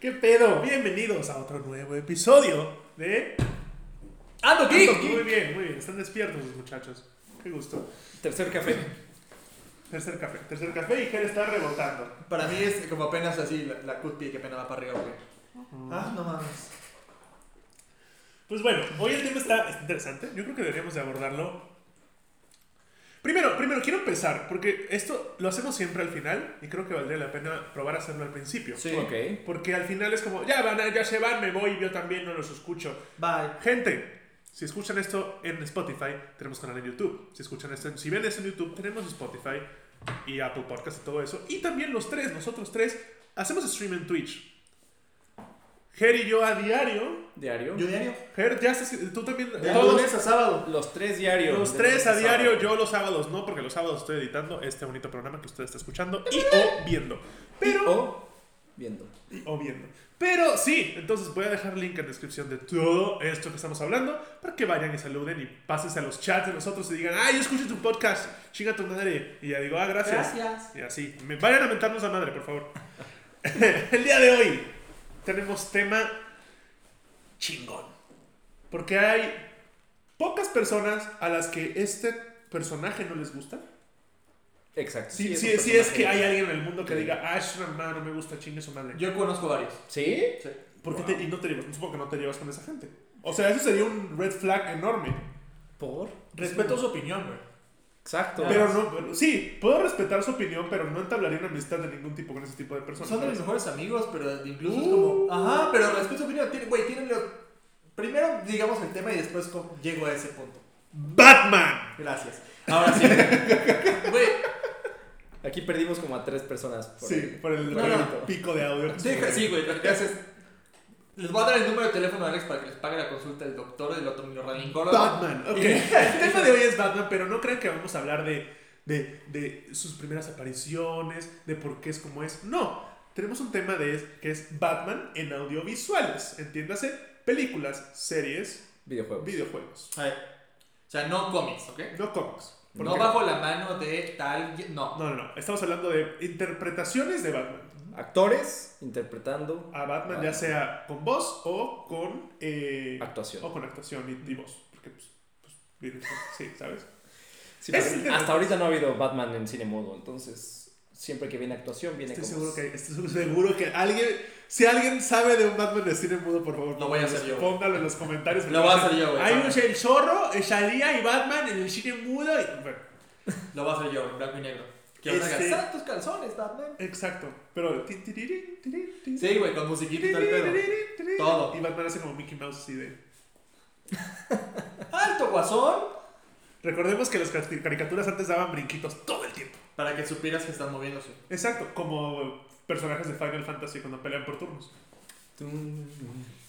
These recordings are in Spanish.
¿Qué pedo? Bienvenidos a otro nuevo episodio de ¡Ando Ah, aquí! Ando Geek. Muy bien, muy bien. Están despiertos los muchachos. Qué gusto. Tercer café. Tercer café. Tercer café y Ger está rebotando. Para mí es como apenas así la, la cúspide que apenas va para arriba, güey. Ah, no mames. Pues bueno, hoy el tema está está interesante. Yo creo que deberíamos de abordarlo. Primero, primero quiero empezar, porque esto lo hacemos siempre al final y creo que valdría la pena probar a hacerlo al principio. Sí. Ok. Porque al final es como, ya van, a- ya se van, me voy, yo también no los escucho. Bye. Gente, si escuchan esto en Spotify, tenemos canal en YouTube. Si escuchan esto, en- si ven esto en YouTube, tenemos Spotify y Apple Podcast y todo eso. Y también los tres, nosotros tres, hacemos stream en Twitch. Ger y yo a diario. Diario. Yo diario. Ger, ya estás, tú también. De todos- lunes a sábado. Los tres diarios. los de tres a sábado. diario, yo los sábados no, porque los sábados estoy editando este bonito programa que usted está escuchando y o viendo. Pero O viendo. o viendo. Pero sí, entonces voy a dejar link en descripción de todo esto que estamos hablando para que vayan y saluden y pásense a los chats de nosotros y digan, ay, yo escuché tu podcast, chinga tu madre. Y ya digo, ah, gracias. Gracias. Y así, me, vayan a mentarnos a madre, por favor. El día de hoy tenemos tema chingón. Porque hay pocas personas a las que este personaje no les gusta. Exacto. Si sí, es sí, un sí es que personaje. hay alguien en el mundo que diga, ah, es una mamá, no me gusta, chingue su madre. Yo conozco varios. ¿Sí? Sí. ¿Por qué te- y no te llevas? Supongo que no te llevas con esa gente. O sea, eso sería un red flag enorme. ¿Por? Respeto su opinión, güey. Exacto. Pero no, pero- sí, puedo respetar su opinión, pero no entablaría una amistad de ningún tipo con ese tipo de personas. Son de mis ¿sabes? mejores amigos, pero incluso es Uh. como. Ajá, pero respeto su opinión. Tiene- Güey, tienen lo. Primero digamos el tema y después cómo llego a ese punto. Batman. Gracias. Ahora sí. Güey, Aquí perdimos como a tres personas. por Sí, ahí. por el, No, por el no. pico de audio. deja, sí, güey, lo que haces. Les voy a dar el número de teléfono a Alex para que les pague la consulta del doctor del otro neurolincólogo. Batman. Ok. el tema de hoy es Batman, pero no crean que vamos a hablar de, de, de sus primeras apariciones, de por qué es como es. No. Tenemos un tema de, que es Batman en audiovisuales. Entiéndase, películas, series, Videojuegos. videojuegos. A ver. O sea, no cómics, ¿ok? No cómics. ¿Por No qué? bajo la mano de tal. No. No, no, no. Estamos hablando de interpretaciones de Batman. Actores interpretando. A Ah, Batman, ya sea con voz o con. eh, Actuación. O con actuación y, y voz. Porque, pues. pues, bien, sí, ¿sabes? Sí, Es pero interesante. hasta ahorita no ha habido Batman en cine mudo. Entonces, siempre que viene actuación, viene Estoy como. seguro que, estoy Pues, seguro que alguien. Si alguien sabe de un Batman de cine mudo, por favor, Lo voy a hacer yo. póngalo en los comentarios. Lo voy a hacer yo, güey. Hay un el zorro, eh, salía y Batman en el cine mudo. y- bueno, Lo va a hacer yo, en blanco y negro. Que vas a Este- gastar tus calzones, Batman. exacto. Pero. ti, ti, ti, ti, ti, ti, ti, Sí, güey, con musiquita y todo el pedo. Todo. Y Batman hace como Mickey Mouse así de. ¡Alto, guasón! Recordemos que las cari- caricaturas antes daban brinquitos todo el tiempo. Para que supieras que están moviéndose. Exacto, como personajes de Final Fantasy cuando pelean por turnos.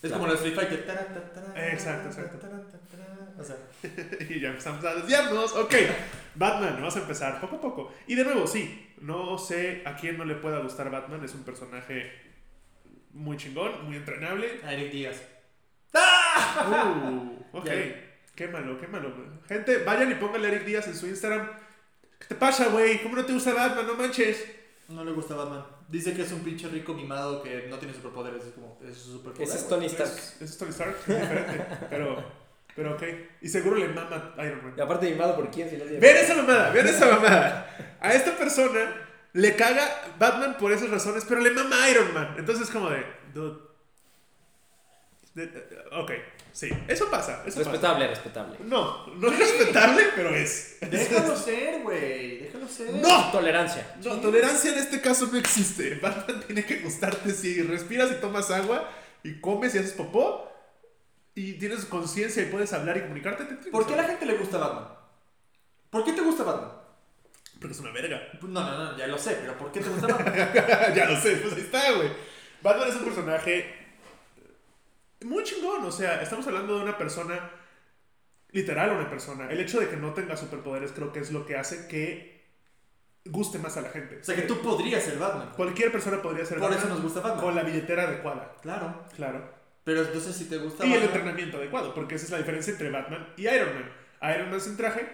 Es como los Street Fighter. Tarán, tarán, tarán, Exacto, exacto. tarán, tarán, tarán. O sea, y ya empezamos a desviarnos. Ok, Batman, vamos a empezar poco a poco. Y de nuevo, sí, no sé a quién no le pueda gustar Batman. Es un personaje muy chingón, muy entrenable. a Eric Díaz. Uh, ok, Ya vi. quémalo, quémalo. Gente, vayan y pónganle a Eric Díaz en su Instagram. ¿Qué te pasa, güey? ¿Cómo no te gusta Batman? No manches. No le gusta Batman. Dice que es un pinche rico mimado que no tiene superpoderes. Es como, es su superpoder. Ese es güey. Tony Stark. Es, es Tony Stark, es diferente. pero, pero ok. Y seguro le mama Iron Man. Y aparte, mimado por quién, si no tiene- Vean esa mamada, vean esa mamada. A esta persona le caga Batman por esas razones, pero le mama Iron Man. Entonces como de... dude. De- eh, ok, sí. Eso pasa, eso pasa. Respetable, respetable. No, no es respetable, pero es. Déjalo ser, güey. Déjalo ser. ¡No! Tolerancia. No, tolerancia en este caso no existe. Batman tiene que gustarte si respiras y tomas agua y comes y haces popó y tienes conciencia y puedes hablar y comunicarte. te- te- ¿Por qué a la gente le gusta Batman? ¿Por qué te gusta Batman? Porque es una verga. No, no, no, ya lo sé, pero ¿por qué te gusta Batman? ya lo sé, pues ahí está, güey. Batman es un personaje muy chingón, o sea, estamos hablando de una persona, literal una persona. El hecho de que no tenga superpoderes creo que es lo que hace que guste más a la gente. O sea, que tú podrías ser Batman. Cualquier persona podría ser Por Batman eso nos gusta Batman. con la billetera adecuada, Claro. claro. Pero entonces si te gusta Y el Batman- entrenamiento adecuado, porque esa es la diferencia entre Batman y Iron Man. Iron Man sin traje,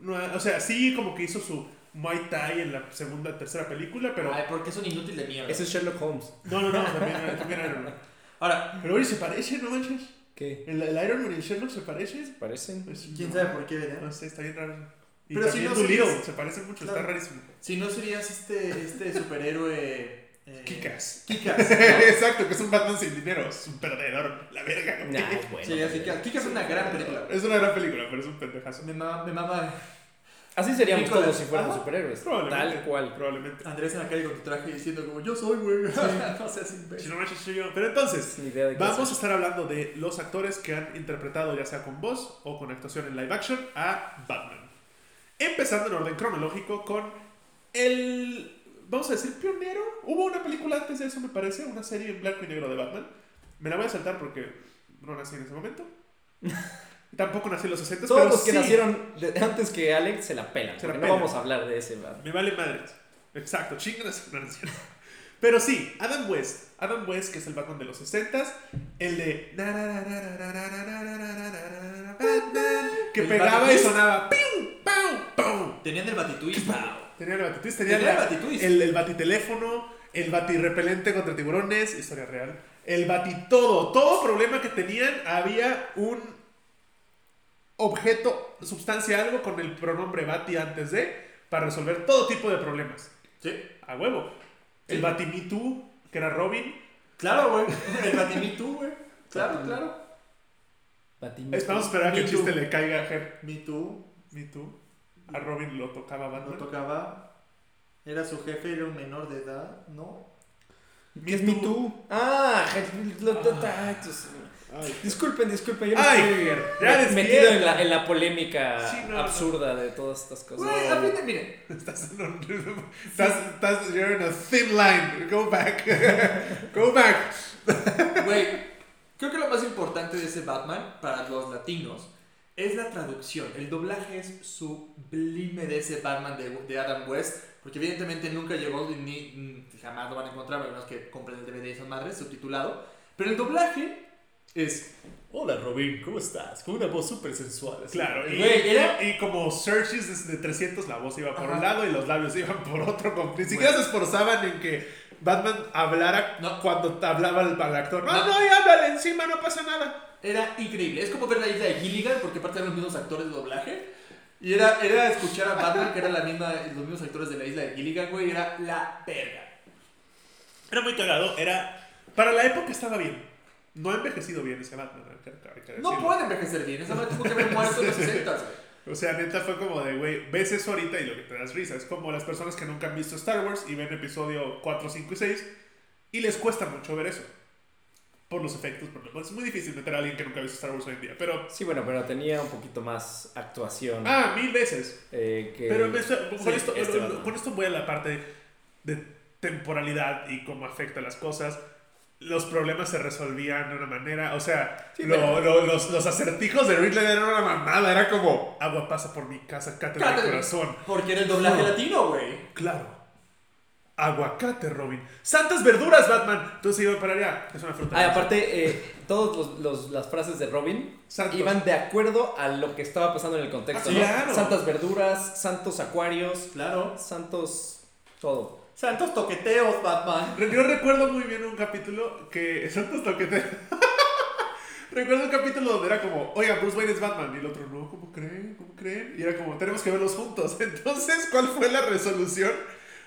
no, o sea, sí como que hizo su Muay Thai en la segunda, tercera película, pero... Ay, porque es un inútil de mierda. Ese es Sherlock Holmes. No, no, no, también, era- también era uno. Ahora, Pero oye, se parecen, ¿no manches? ¿Qué? El, el Iron Man y el Sherlock se parecen. ¿Parecen? Pues, quién no, sabe por qué, No ¿verdad? sé, está bien raro. Y Pero si también no Doolittle, serías- se parecen mucho, está Claro. rarísimo. Si no serías este, este superhéroe. eh, Kikas. Kikas. ¿no? Exacto, que es un Batman sin dinero, es un perdedor, la verga. Nah, es bueno. Serías Kikas. Kikas es una gran película. Es una gran película, pero es un pendejazo. Me mama, me mama Así seríamos Nicolas. todos si fuéramos Ajá. superhéroes. Probablemente. Tal cual. Probablemente. Andrés en la calle con tu traje diciendo como yo soy, güey. no seas Si imbécil. no manches, soy yo. Pero entonces, Ni idea de qué Vamos a hacer. estar hablando de los actores que han interpretado, ya sea con voz o con actuación en live action, a Batman. Empezando en orden cronológico con el. Vamos a decir pionero. Hubo una película antes de eso, me parece, una serie en blanco y negro de Batman. Me la voy a saltar porque no nací en ese momento. Tampoco nací en los 60, Todos pero los que sí. nacieron de- antes que Alex se la pelan. Se la porque pelan. No vamos a hablar de ese, ¿verdad? Me vale madre. Exacto, chingas. No, no es cierto. Pero sí, Adam West. Adam West, que es el Batman de los 60s. El de. Batman. Que El pegaba y Batitwist. sonaba. ¡Piu! ¡Pau! ¡Pau! Tenían el batituit. Tenía el batitwist, tenía, Tenía el la- batitwist. El, el batiteléfono, el batirrepelente contra tiburones, historia real. El batitodo. Todo problema que tenían, había un objeto, sustancia, algo con el pronombre bati antes de, para resolver todo tipo de problemas. Sí. A huevo. El Sí. Batimitu, que era Robin. Claro, güey. El batimitú, güey. Claro, claro. Batimito. Esperamos esperar a que el Me chiste Too. le caiga a Her. Me too. Me Too. A Robin lo tocaba Cuando Batman. tocaba, era su jefe, era un menor de edad, ¿no? ¿Qué es Me Too? Ah, lo- lo- lo- ay, tus- Ay, disculpen, disculpen. Yo no Ay, estoy Ger, ya me- eres metido Ger. en la, en la polémica Sí, no, no. absurda de todas estas cosas. Güey, a fin de- miren. Estás en un... Estás, estás... You're in a thin line. Go back. Go back. Güey, creo que lo más importante de ese Batman para los latinos es la traducción. El doblaje es sublime de ese Batman de, de Adam West. Porque evidentemente nunca llegó y ni mm, jamás lo van a encontrar, a menos que compren el DVD de esas madres, subtitulado. Pero el doblaje es. Hola Robin, ¿cómo estás? Con una voz súper sensual. Claro. Y, Güey, era- y como searches de 300, la voz iba por Ajá. un lado y los labios iban por otro. Con, ni siquiera se esforzaban en que Batman hablara No. cuando hablaba el, al actor. No, No. no, y háblale encima, no pasa nada. Era increíble. Es como ver la isla de Gilligan, porque aparte eran los mismos actores de doblaje. Y era, era escuchar a Batman, que eran la misma, los mismos actores de la isla de Gilligan, güey. Era la verga. Era muy cagado, era... Para la época estaba bien. No ha envejecido bien ese Batman. hay que- hay que No decirlo. puede envejecer bien. Esa madre tuvo que haber muerto en los 60, güey. O sea, neta fue como de, güey, ves eso ahorita y lo que te das risa. Es como las personas que nunca han visto Star Wars y ven episodio 4, 5 y 6 y les cuesta mucho ver eso. Por los efectos, por lo- Es muy difícil meter a alguien que nunca ha visto Star Wars hoy en día, pero... Sí, bueno, pero tenía un poquito más actuación. Ah, mil veces. eh, que- Pero me estoy- con, sí, esto, este lo- lo- Batman. con esto voy a la parte de temporalidad y cómo afecta las cosas. Los problemas se resolvían de una manera, o sea, Sí, lo- pero- lo- los, los acertijos de Ridley eran una mamada, era como agua pasa por mi casa, cátedra de Cátedra. corazón. Porque era el doblaje No. latino, güey. Claro. Aguacate, Robin. Santas verduras, Batman. Entonces iba para allá. Es una fruta. Ah, aparte, eh, todas las frases de Robin Santos. iban de acuerdo a lo que estaba pasando en el contexto. Ah, ¿no? claro. Santas verduras, santos acuarios, Claro. santos todo. Santos toqueteos, Batman. Re- Yo recuerdo muy bien un capítulo que. Santos toquete. recuerdo un capítulo donde era como, oiga, Bruce Wayne es Batman. Y el otro, no, ¿cómo creen? ¿Cómo creen? Y era como, tenemos que verlos juntos. Entonces, ¿cuál fue la resolución?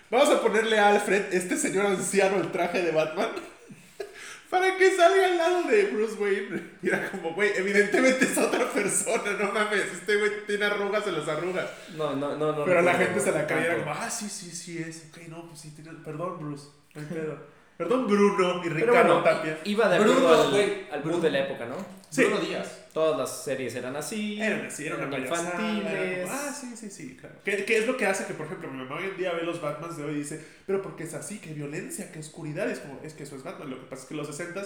Vamos a ponerle a Alfred, este señor anciano, el traje de Batman. Para que salga al lado de Bruce Wayne. Y era como, güey, evidentemente es otra persona, no mames. Este güey tiene arrugas en las arrugas. No, no, no, no. Pero no, la no, gente no, se la no, cae y era no. como, ah, sí, sí, sí es. Ok, no, pues sí, tiene- perdón, Bruce. no hay pedo. Perdón, Bruno y Pero Ricardo bueno, Tapia. i- iba de acuerdo Bruno, al, güey. al Bruce de la época, ¿no? Sí. Bruno Díaz. Todas las series eran así. Eran así, era una eran payasada, era infantiles. como, ah, sí, sí, sí, claro. ¿Qué, qué es lo que hace que, por ejemplo, mi mamá hoy en día ve los Batmans de hoy y dice, pero porque es así, qué violencia, qué oscuridad. Es como, es que eso es Batman. Lo que pasa es que en los 60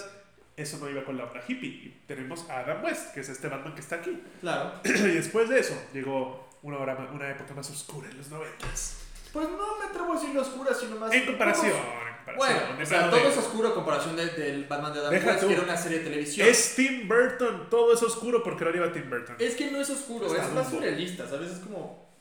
eso no iba con la obra hippie. Y tenemos a Adam West, que es este Batman que está aquí. Claro. y después de eso llegó una, hora, ma- una época más oscura en los 90. Pues no me atrevo a decir oscura, sino más. En comparación, Todos- en comparación. Bueno, de o sea, plano de- todo es oscuro a comparación de- del Batman de Adam Deja West, tú. que era una serie de televisión. Es Tim Burton, todo es oscuro porque lo lleva Tim Burton. Es que no es oscuro, Está es más rumbo. surrealista, ¿sabes? Es como.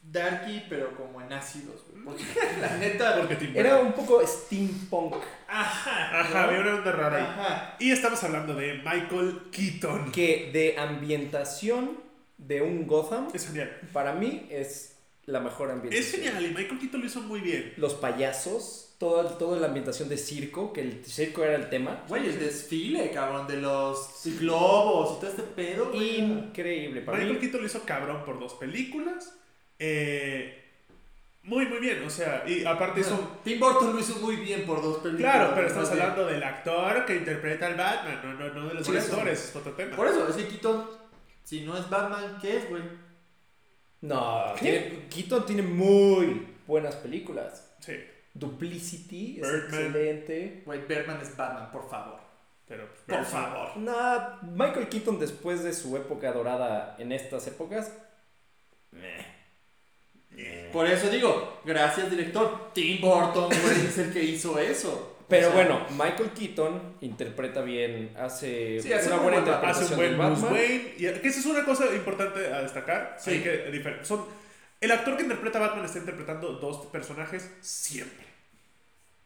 darky, pero como en ácidos, güey. Porque la neta. Mm. Porque Tim Era Burton. un poco steampunk. Ajá. Ajá, ¿no? había una onda rara ahí. Ajá. Y estamos hablando de Michael Keaton. Que de ambientación de un Gotham, Es genial. para mí es la mejor ambientación. Es genial y Michael Keaton lo hizo muy bien. Los payasos, toda, toda la ambientación de circo, que el circo era el tema. Güey, el desfile, cabrón, de los globos y todo este pedo, güey. Increíble. Para Michael mí, Keaton lo hizo cabrón por dos películas. Eh, muy, muy bien. O sea, y aparte Bueno, hizo Tim Burton lo hizo muy bien por dos películas. Claro, pero más estamos bien. hablando del actor que interpreta al Batman, no, no, no de los Sí, eso. actores, es otro tema. Por eso, es que Keaton, si no es Batman, ¿qué es, güey? no. tiene- Keaton tiene muy buenas películas. Sí, Duplicity es Birdman. excelente. Güey, Batman es Batman, por favor. pero pues, Por Batman. favor. Nah, Michael Keaton, después de su época dorada en estas épocas, Por eso digo, gracias director. Tim Burton, güey, es el que hizo eso. Pero O sea, bueno, Michael Keaton interpreta bien, hace, Sí, hace una muy buena buen- interpretación Hace un buen del Bruce Batman. Wayne, y que esa es una cosa importante a destacar. Sí. hay que difer- son el actor que interpreta a Batman está interpretando dos personajes siempre.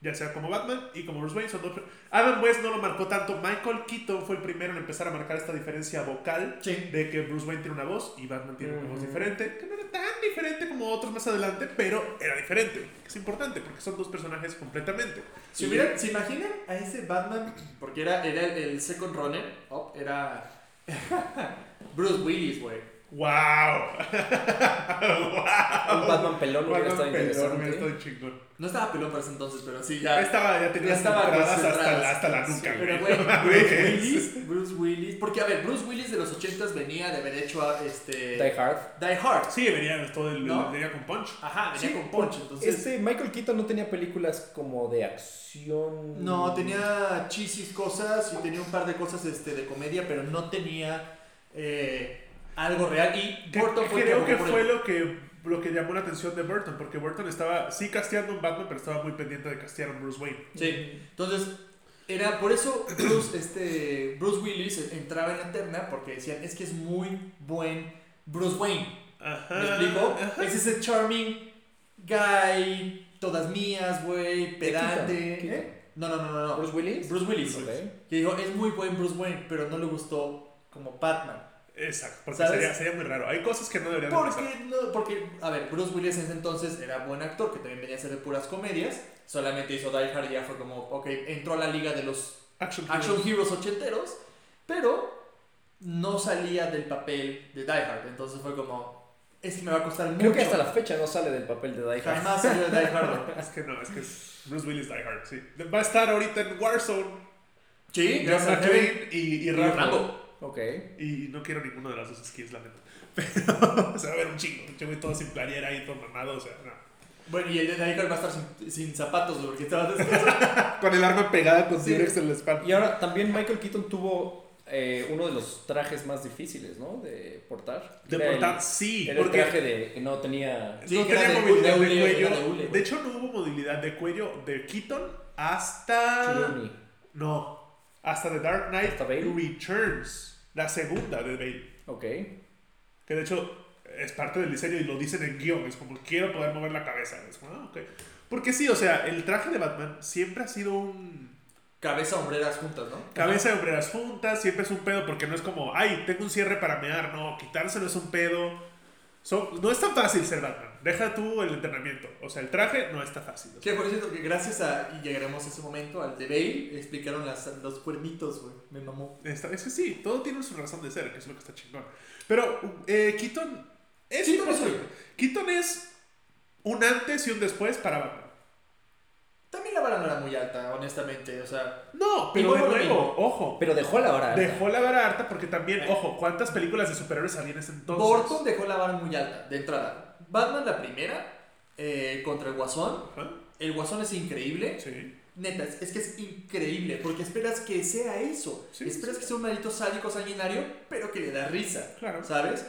Ya sea como Batman y como Bruce Wayne son dos. Adam West no lo marcó tanto. Michael Keaton fue el primero en empezar a marcar esta diferencia vocal Sí. de que Bruce Wayne tiene una voz y Batman tiene una voz Ujú. diferente, que no era tan diferente como otros más adelante, pero era diferente. Es importante porque son dos personajes completamente. Si hubieran, ¿se imaginan a ese Batman? Porque era, era el- el second runner up, era Bruce Willis, güey. ¡Wow! Un Batman pelón hubiera estado interesante. chingón. No estaba pelón para ese entonces, pero sí, Ya ya. estaba, ya tenía Ya estaba entradas con sus hasta, la, entradas. hasta la nuca, Pero, güey. güey, No Bruce mames. Willis, Bruce Willis. Porque, a ver, Bruce Willis de los 80s venía de haber hecho a, este, Die Hard. Die Hard. Sí, venía todo el, ¿No? venía con Punch. Ajá, venía Sí, con Punch, entonces. Este Michael Keaton no tenía películas como de acción. No, tenía chisis cosas y tenía un par de cosas este, de comedia, pero no tenía eh, algo real. Y Que- Burton fue el creo que abogó por fue él. lo que, lo que llamó la atención de Burton, porque Burton estaba, sí, casteando un Batman, pero estaba muy pendiente de castear a un Bruce Wayne. Sí, entonces era por eso Bruce, este, Bruce Willis entraba en la terna porque decían es que es muy buen Bruce Wayne. Ajá. ¿Me explico? Es ese charming guy, todas mías, güey, pedante. Keaton, Keaton. ¿Eh? No, no, no, no, no. Bruce, Bruce Willis. Willis. Ok. Que dijo, es muy buen Bruce Wayne, pero no le gustó como Batman. Exacto, porque ¿Sabes? sería, sería muy raro. Hay cosas que no deberían de pasar. Porque, no, porque, a ver, Bruce Willis en ese entonces era buen actor, que también venía a hacer de puras comedias. Solamente hizo Die Hard y ya fue como, ok, entró a la liga de los Action, Action Heroes ochenteros, pero no salía del papel de Die Hard. Entonces fue como, es que me va a costar mucho. Creo que hasta la fecha no sale del papel de Die Hard. Jamás salió de Die Hard. Es que no, es que es Bruce Willis Die Hard, sí. Va a estar ahorita en Warzone, Sí, John gracias a Kevin. McClane y, y Y Rambo. Rambo. Ok. Y no quiero ninguno de las dos skins, la neta. Pero se va a ver un chingo. Yo voy todo sin playera y todo mamado, o sea, no. Bueno, y el de Die Hard va a estar sin, sin zapatos, güey, porque estaba descalzo. Con el arma pegada con Sí. T-Rex en la espalda. Y ahora también Michael Keaton tuvo eh, uno de los trajes más difíciles, ¿no? De portar. De Era el- portar, sí, Era el porque traje de que no tenía. Sí, no que era tenía de movilidad hule, de hule, era cuello. de hule, De, güey. hecho, no hubo movilidad de cuello de Keaton hasta. Ah. Clooney. No, hasta The Dark Knight Hasta Bale. Returns, la segunda de Bale. Ok. Que de hecho es parte del diseño y lo dicen en guión. Es como, quiero poder mover la cabeza. Es como, ah, ok. Porque sí, o sea, el traje de Batman siempre ha sido un. Cabeza, hombreras juntas, ¿no? Cabeza de obreras juntas, siempre es un pedo, porque no es como, ay, tengo un cierre para mear, no, quitárselo es un pedo. So- no es tan fácil ser Batman. Deja tú el entrenamiento. O sea, el traje no está fácil. O sea, Que por cierto, que gracias a. Y llegaremos a ese momento, al de Bale, explicaron las, los cuernitos, güey. Me mamó. Está- es que sí, todo tiene su razón de ser, que es lo que está chingón. Pero eh, Keaton es Keaton es imposible. Keaton es un antes y un después para Batman. También la vara no era muy alta, honestamente. O sea, No, Y pero de vuelvo a lo nuevo, mismo. ojo, Pero dejó la ¿eh? hora. dejó la vara harta porque también, ojo, ¿cuántas películas de superhéroes había en ese entonces? Burton dejó la vara muy alta, de entrada. Batman, la primera, eh, contra el Guasón. Ajá, El Guasón es increíble. ¿Ah? Sí. Neta, es es que es increíble, porque esperas que sea eso. Sí, esperas sí. que sea un maldito sádico sanguinario, pero que le da risa. Claro. ¿Sabes?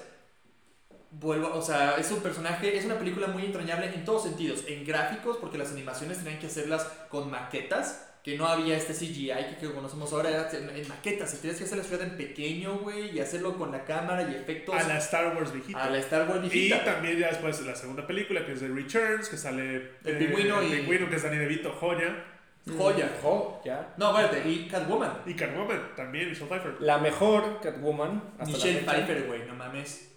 Vuelvo, o sea, es un personaje, es una película muy entrañable en todos sentidos. En gráficos, porque las animaciones tenían que hacerlas con maquetas. que no había este CGI que, que conocemos ahora, era en, en maquetas, y tenías que hacer la ciudad en pequeño, güey, y hacerlo con la cámara y efectos A la Star Wars viejita. a la Star Wars viejita. Y también ya después la segunda película, que es The Returns, que sale... El pingüino el y- pingüino, que es Danny DeVito, joya. Mm. Joya. Joya. No, espérate, y Catwoman. Y Catwoman, también, Michelle Pfeiffer. La mejor Catwoman. hasta la Michelle fecha. Pfeiffer, güey, no mames.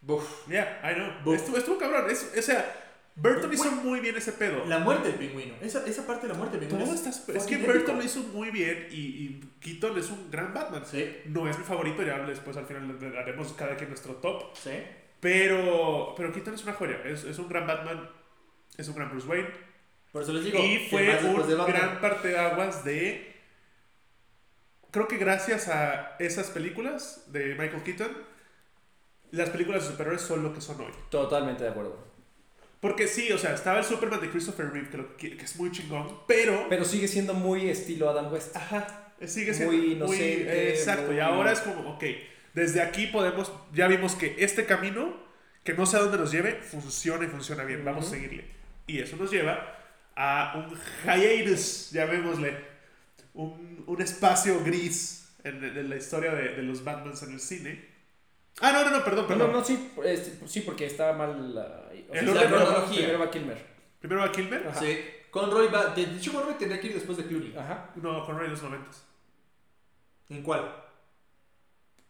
Buf. Yeah, I know. Bu- Estuvo, estuvo cabrón. Es, o sea, Burton hizo Güey. muy bien ese pedo. La muerte del pingüino. Esa, esa parte de la muerte del Todo pingüino. está- es que fucking Burton lo épico. hizo muy bien y, y Keaton es un gran Batman. Sí, No es mi favorito, ya después al final le- le haremos cada quien nuestro top. sí. Pero, pero Keaton es una joya, es, es un gran Batman, es un gran Bruce Wayne. Por eso les digo. y que fue más después de un Batman. gran parteaguas de. Creo que gracias a esas películas de Michael Keaton, las películas de superhéroes son lo que son hoy. Totalmente de acuerdo. Porque sí, o sea, estaba el Superman de Christopher Reeve, que, lo- que- que es muy chingón, pero Pero sigue siendo muy estilo Adam West. Ajá, Eh, sigue siendo Muy muy inocente, eh, exacto, muy- y ahora es como, ok, desde aquí podemos, ya vimos que este camino, que no sé a dónde nos lleve, funciona y funciona bien, vamos a Ujú. seguirle. Y eso nos lleva a un hiatus, llamémosle, un, un espacio gris en, en la historia de, de los Batmans en el cine. Ah, no, no, no, perdón, No, perdón. no, no, sí, es- sí, porque estaba mal la. o El sea, orden primero- cronología. Primero va Kilmer. Primero a Kilmer. Ajá. Sí. Conroy va. De hecho, Conroy tendría que ir después de Clooney. Ah. Ajá. No, Conroy de los 90. ¿En cuál?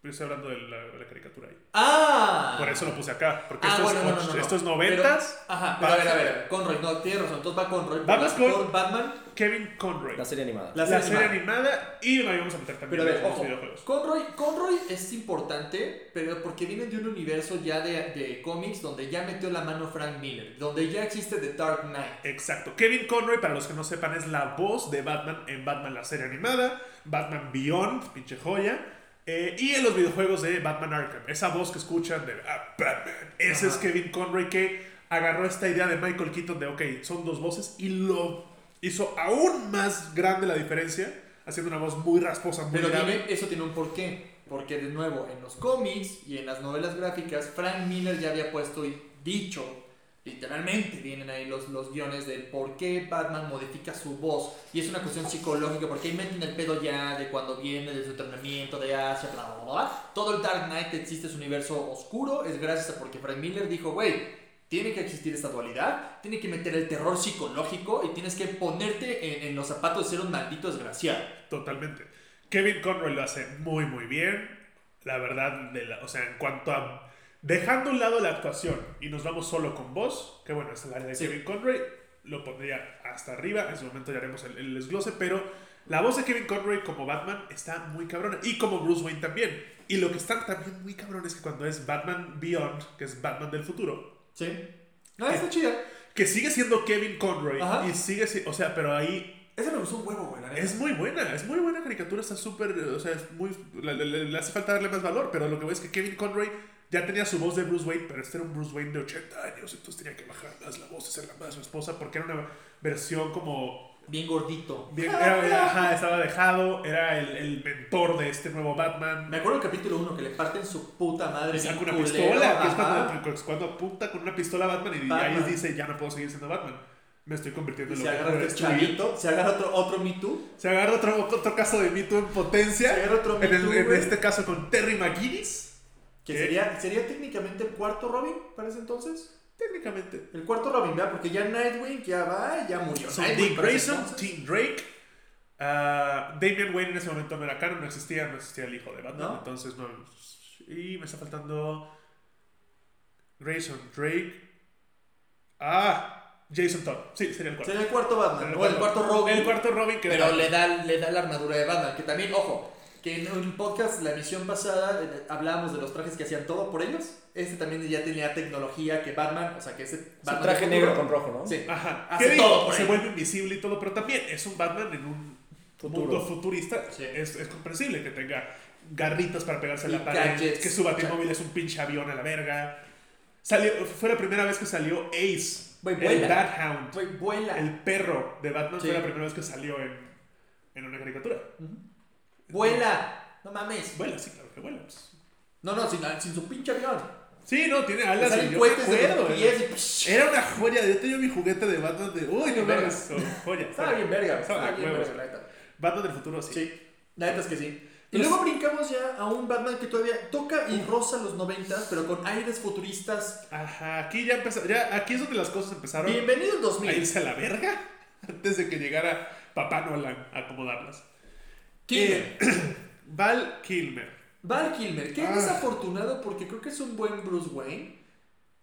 Yo estoy hablando de la, de la caricatura ahí. ¡Ah! Por eso lo puse acá, porque Ah, esto, bueno, es, no, och- no, no, no. esto es Pero- 90 Ajá, pero a ver, a Baja. ver. Conroy, no, tienes razón. Entonces va Conroy. Vamos por- con- por Batman. Kevin Conroy. La serie animada. La la, serie serie animada y la íbamos a meter también Pero a ver, en los ojo, videojuegos. Conroy, Conroy es importante, pero porque viene de un universo ya de, de cómics donde ya metió la mano Frank Miller, donde ya existe The Dark Knight. Exacto. Kevin Conroy, para los que no sepan, es la voz de Batman en Batman la serie animada, Batman Beyond, pinche joya, eh, y en los videojuegos de Batman Arkham. Esa voz que escuchan de "Ah, Batman. Ese Ajá. es Kevin Conroy que agarró esta idea de Michael Keaton de, ok, son dos voces y lo hizo aún más grande la diferencia, haciendo una voz muy rasposa, muy Pero grave. tiene- eso tiene un porqué, porque de nuevo, en los cómics y en las novelas gráficas, Frank Miller ya había puesto y dicho, literalmente vienen ahí los, los guiones del por qué Batman modifica su voz. Y es una cuestión psicológica, porque ahí meten el pedo ya de cuando viene, de su entrenamiento, de Asia, bla, bla, bla, bla. Todo el Dark Knight existe, es un universo oscuro, es gracias a porque Frank Miller dijo, güey, tiene que existir esta dualidad, tiene que meter el terror psicológico y tienes que ponerte en, en los zapatos de ser un maldito desgraciado. Totalmente. Kevin Conroy lo hace muy, muy bien. La verdad, de la- o sea, en cuanto a. Dejando a un lado la actuación y nos vamos solo con voz, que bueno, es el área de Sí. Kevin Conroy, lo pondría hasta arriba. En su momento ya haremos el, el desglose, pero la voz de Kevin Conroy como Batman está muy cabrona. Y como Bruce Wayne también. Y lo que está también muy cabrón es que cuando es Batman Beyond, que es Batman del futuro, Sí. Eh. No, Ah, está chida. que sigue siendo Kevin Conroy Ajá. y sigue si- o sea, pero ahí Esa me gustó un huevo, güey, la neta. Es muy buena, es muy buena caricatura, está súper, eh, o sea, es muy, le, le- le hace falta darle más valor, pero lo que veo es que Kevin Conroy ya tenía su voz de Bruce Wayne, pero este era un Bruce Wayne de 80 años, entonces tenía que bajar más la voz, hacerla más su esposa, porque era una versión como, Bien gordito. bien- era- era- ajá, estaba dejado, era el, el mentor de este nuevo Batman, Me acuerdo del capítulo 1 que le parten su puta madre. le bien saca una culero, pistola, que es ajá. cuando, que es cuando apunta con una pistola a Batman y Batman. ahí dice, ya no puedo seguir siendo Batman, me estoy convirtiendo Y en se lo que agarra puedo otro destruir". chavito, se agarra otro, otro Me Too. Se agarra otro, otro caso de Me Too en potencia. Se agarra otro Me en, el- Too, en güey. este caso con Terry McGuinness. Que ¿Qué? sería, sería técnicamente el cuarto Robin para ese entonces. Técnicamente. El cuarto Robin, ¿verdad? Porque ya Nightwing ya va, ya murió. Son Nightwing Dick para ese Grayson, entonces. Tim Drake. ah, Damian Wayne en ese momento no era canon, no existía, no existía el hijo de Batman. ¿No? Entonces no. Y me está faltando. Grayson, Drake. Ah, Jason Todd. Sí, sería el cuarto. Sería el cuarto Sería Batman, o el cuarto Robin. El cuarto Robin que Pero era- le da, le da la armadura de Batman, que también, ojo, que en un podcast, la emisión pasada, eh, hablábamos de los trajes que hacían todo por ellos. Este también ya tenía tecnología que Batman, o sea, que ese Su Batman traje del negro con futuro- rojo, ¿no? Sí. Ajá. Hace ¿Qué digo? todo por Se él. vuelve invisible y todo, pero también es un Batman en un Futuro. mundo futurista. Sí. Es, es comprensible que tenga garritas para pegarse a Y la pared, gadgets. que su batimóvil es un pinche avión a la verga. Salió, fue la primera vez que salió Ace, Güey, el vuela. Bat Hound, Güey, vuela. el perro de Batman, Sí. fue la primera vez que salió en, en una caricatura. Vuela. No mames. Vuela, sí, claro que vuela. pues. No, no, sin, sin su pinche avión. Sí, no, tiene alas. Salen y yo me cohetes de los acuerdo, pies y psh. Era una joya. Yo tenía mi juguete de Batman de. Uy, no Verga. mames. oh, Joya. Estaba bien verga, Estaba estaba de bien huevos. verga, la neta. Batman del futuro, sí. Pues Sí, la neta es que sí. Y Los- luego brincamos ya a un Batman que todavía toca y roza los noventas, pero con aires futuristas. Ajá, aquí ya empezó. Ya, aquí es donde las cosas empezaron Bienvenido al a 2000. irse a la verga. Antes de que llegara Papá Nolan a acomodarlas. Kilmer. Eh, Val Kilmer. Val Kilmer, que Ah. desafortunado porque creo que es un buen Bruce Wayne.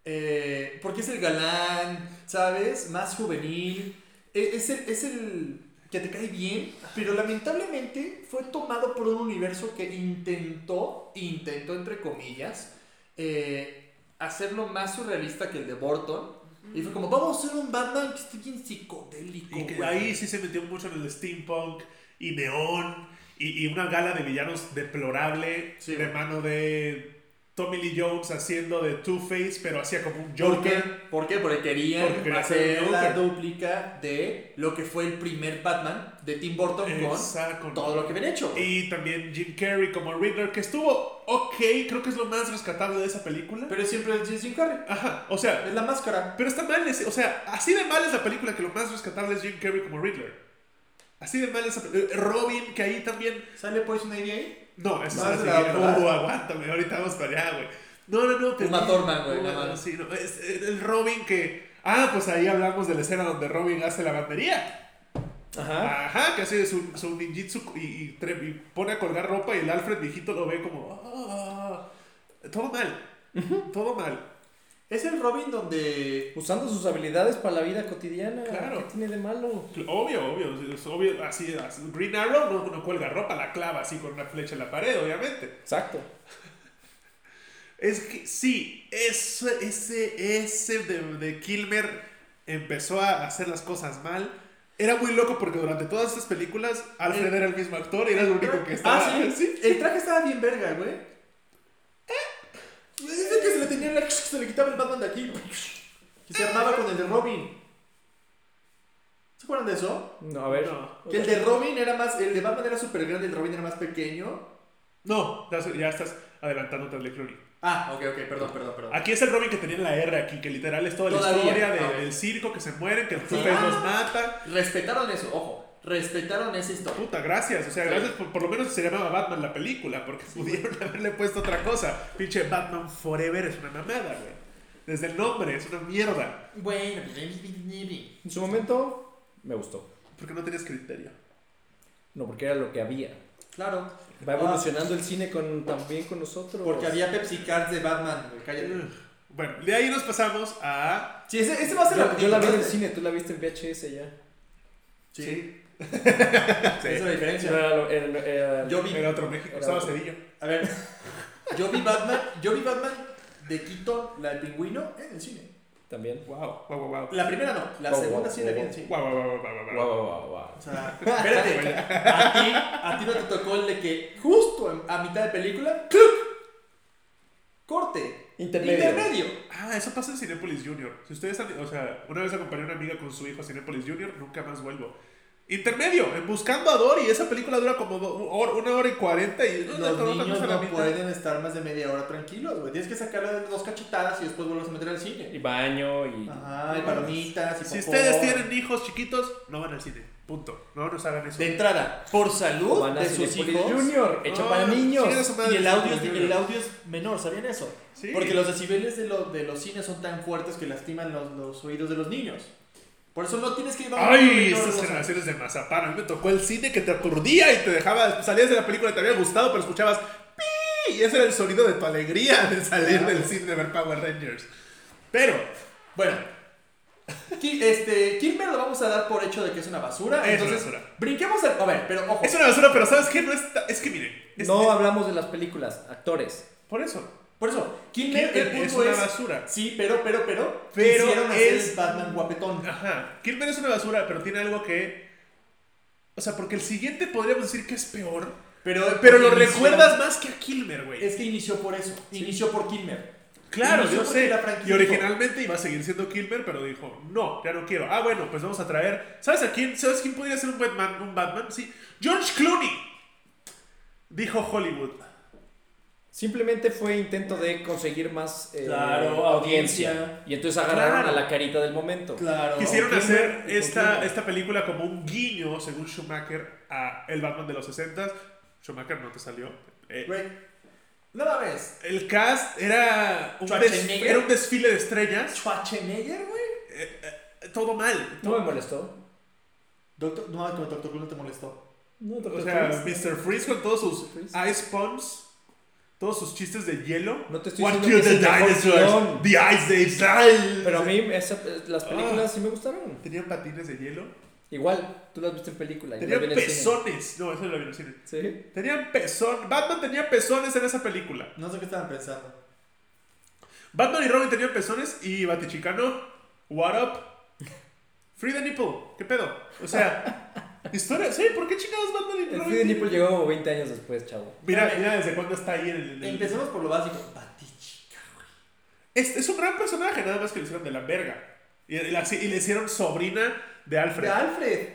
eh, porque es el galán, ¿sabes? Más juvenil. e- Es el, es el que te cae bien, pero lamentablemente fue tomado por un universo que intentó, intentó entre comillas, eh, hacerlo más surrealista que el de Burton. Y fue como, vamos a hacer un Batman que esté bien psicodélico. Y que güey". ahí sí se metió mucho en el steampunk y neón y, y una gala de villanos deplorable Sí, de güey. mano de Tommy Lee Jones haciendo de Two-Face, pero hacía como un ¿Por qué? Joker. ¿Por qué? Porque querían Porque quería hacer hacer un la Joker. dúplica de lo que fue el primer Batman de Tim Burton Exacto, con- con todo lo que habían hecho. Y también Jim Carrey como Riddler, que estuvo ok, creo que es lo más rescatable de esa película. Pero siempre es Jim Carrey. Ajá, o sea, Es la máscara. pero está mal, ese- o sea, así de mal es la película que lo más rescatable es Jim Carrey como Riddler. Así de mal es la película. Robin, que ahí también Sale Poison Ivy ahí. No, eso Más es de la la siguiente. otra. Uh, aguántame, ahorita vamos para allá, güey. No, no, no, pero. Uma Thurman, güey, Uma- la mano. sí, no, es- es el Robin que. Ah, pues ahí hablamos de la escena donde Robin hace la bandería. Ajá. Ajá, que hace su, su ninjitsu y, y tre- y pone a colgar ropa y el Alfred viejito lo ve como. "Ah". todo mal. Todo mal. Es el Robin donde. Usando sus habilidades para la vida cotidiana. Claro. ¿Qué tiene de malo? Obvio, obvio, es obvio, así, así. Green Arrow no, no cuelga ropa, la clava así con una flecha en la pared, obviamente. Exacto. Es que sí, eso- ese, ese de, de Kilmer empezó a hacer las cosas mal. Era muy loco porque durante todas estas películas Alfred El- era el mismo actor y era el único que estaba. Eh, Ah, sí. El traje estaba bien verga, güey. Dice que se le tenía la. Se le quitaba el Batman de aquí. Y se armaba con el de Robin. ¿Se acuerdan de eso? No, a ver. No. Que el de Robin era más. El de Batman era súper grande, el de Robin era más pequeño. No, ya, ya estás adelantándote al de Clooney. Ah, ok, ok, perdón, perdón, perdón. Ah. Aquí es el Robin que tenía en la R aquí, que literal es toda la Todavía, historia de- a ver. del circo que se mueren, que el Sí. Ah. Two-Face los mata. Respetaron eso, ojo. Respetaron esa historia. Puta, gracias. O sea, Sí. gracias por, por lo menos se llamaba Batman la película, porque pudieron haberle puesto otra cosa. Pinche Batman Forever es una mamada, güey. Desde el nombre, es una mierda. Bueno, pues, En su momento me gustó. Porque no tenías criterio. No, porque era lo que había. claro. Va evolucionando el cine con, también con nosotros. Porque había Pepsi Cards de Batman, güey, Mm. cállate. Bueno, de ahí nos pasamos a. Sí, ese, ese va a ser Yo, yo la vi en el Sí. cine, tú la viste en VHS ya. sí. Esa Sí. es la No, diferencia. era lo- era lo- era- Yo vi. Era otro México, Era estaba otro. Cedillo. A ver. Yo vi Batman. Yo vi Batman de Keaton, la del pingüino, en el cine. También. Wow, wow, wow, wow. La primera no, la Wow, segunda Oh, wow, sí la vi wow, en el cine. Wow, wow, wow, wow, wow, wow. O sea, espérate, a ti, a ti no te tocó el de que justo en- a mitad de película, ¡cluc! corte, Intermedio. Ah, eso pasa en Cinepolis Junior. Si ustedes han- O sea, una vez acompañé a una amiga con su hijo a Cinepolis Junior, nunca más vuelvo. Intermedio, en Buscando a Dory. Esa película dura como do- un hor- una hora y cuarenta y. Los no, no, no, niños no, no no, pueden estar más de media hora tranquilos, güey. Tienes que sacarle dos cachetadas y después vuelves a meter al Y cine. baño y. Ajá, y palomitas y Si popó. ustedes tienen hijos chiquitos, no van al cine. Punto. No nos hagan eso. De entrada, por salud Van a de sus Cinépolis hijos. Junior, hecho No, para niños. chinga su madre, Y el audio, es, Cinépolis Junior. el audio es menor, ¿sabían eso? Sí. Porque los decibeles de, lo- de los cines son tan fuertes que lastiman los, los oídos de los niños. Por eso no tienes que llevar un audio Ay, menor esas de dos años. generaciones de mazapán. A mí me tocó el cine que te aturdía y te dejaba. Salías de la película que te había gustado, pero escuchabas. "Pi", Y ese era el sonido de tu alegría de salir del cine de ver Power Rangers. Pero, Bueno, Ki- este, Kilmer lo vamos a dar por hecho de que es una basura. Es entonces, una basura. brinquemos al. A ver, pero ojo. es una basura, pero ¿sabes qué? No está. Es que miren. es- No es- hablamos de las películas, actores. por eso. Por eso, Kilmer, Kilmer el es punto una es. basura. Sí, pero, pero, pero. Pero quisieron hacer es- Ah. el Batman guapetón. Ajá. Kilmer es una basura, pero tiene algo que. O sea, porque el siguiente podríamos decir que es peor. Pero, Pero lo inició- recuerdas más que a Kilmer, güey. Es que inició por eso. Inició por Kilmer. Claro, inició yo porque sé. la franquicia Y originalmente iba a seguir siendo Kilmer, pero dijo, no, ya no quiero. Ah, bueno, pues vamos a traer. ¿Sabes a quién? ¿Sabes quién podría ser un Batman? Un Batman? Sí. George Clooney. Dijo Hollywood. Simplemente fue intento de conseguir más eh, Claro, audiencia. Y entonces agarraron Claro. a la carita del momento. Oh, Claro. Quisieron Oppenheimer hacer y esta, Oppenheimer. esta película como un guiño, según Schumacher, a el Batman de los 60. Schumacher no te salió. Eh, Güey, no mames. el cast era un, des- Schwarzenegger. era un desfile de estrellas. Schwarzenegger, güey. Todo mal. No me molestó. Doctor, no mames, con el Doctor Who no te molestó. No, O sea, Mr. Freeze con todos sus Freeze. ice pumps, todos sus chistes de hielo. No te estoy What diciendo killed que the es el mejor dinosaurs? guión. The Ice Age. Pero a mí esa- eh, las películas Ah. sí me gustaron. Tenían patines de hielo. Igual, tú las viste en película. y Tenían las vi en el cine. pezones. No, eso lo vi en el cine. Sí. Tenían pezón. Batman tenía pezones en esa película. No sé qué estaban pensando. Batman y Robin tenían pezones y Batichicano. What up? Free the nipple. ¿Qué pedo? O sea, historia. Sí, ¿por qué chingados Batman y El Robin? Free Nipple llegó como 20 años después, chavo. Mira, mira desde cuándo está ahí en el. en el- Empecemos por lo básico. Batichica. Es, es un gran personaje, nada más que lo hicieron de la verga. Y, y la- y le hicieron sobrina de Alfred. De Alfred.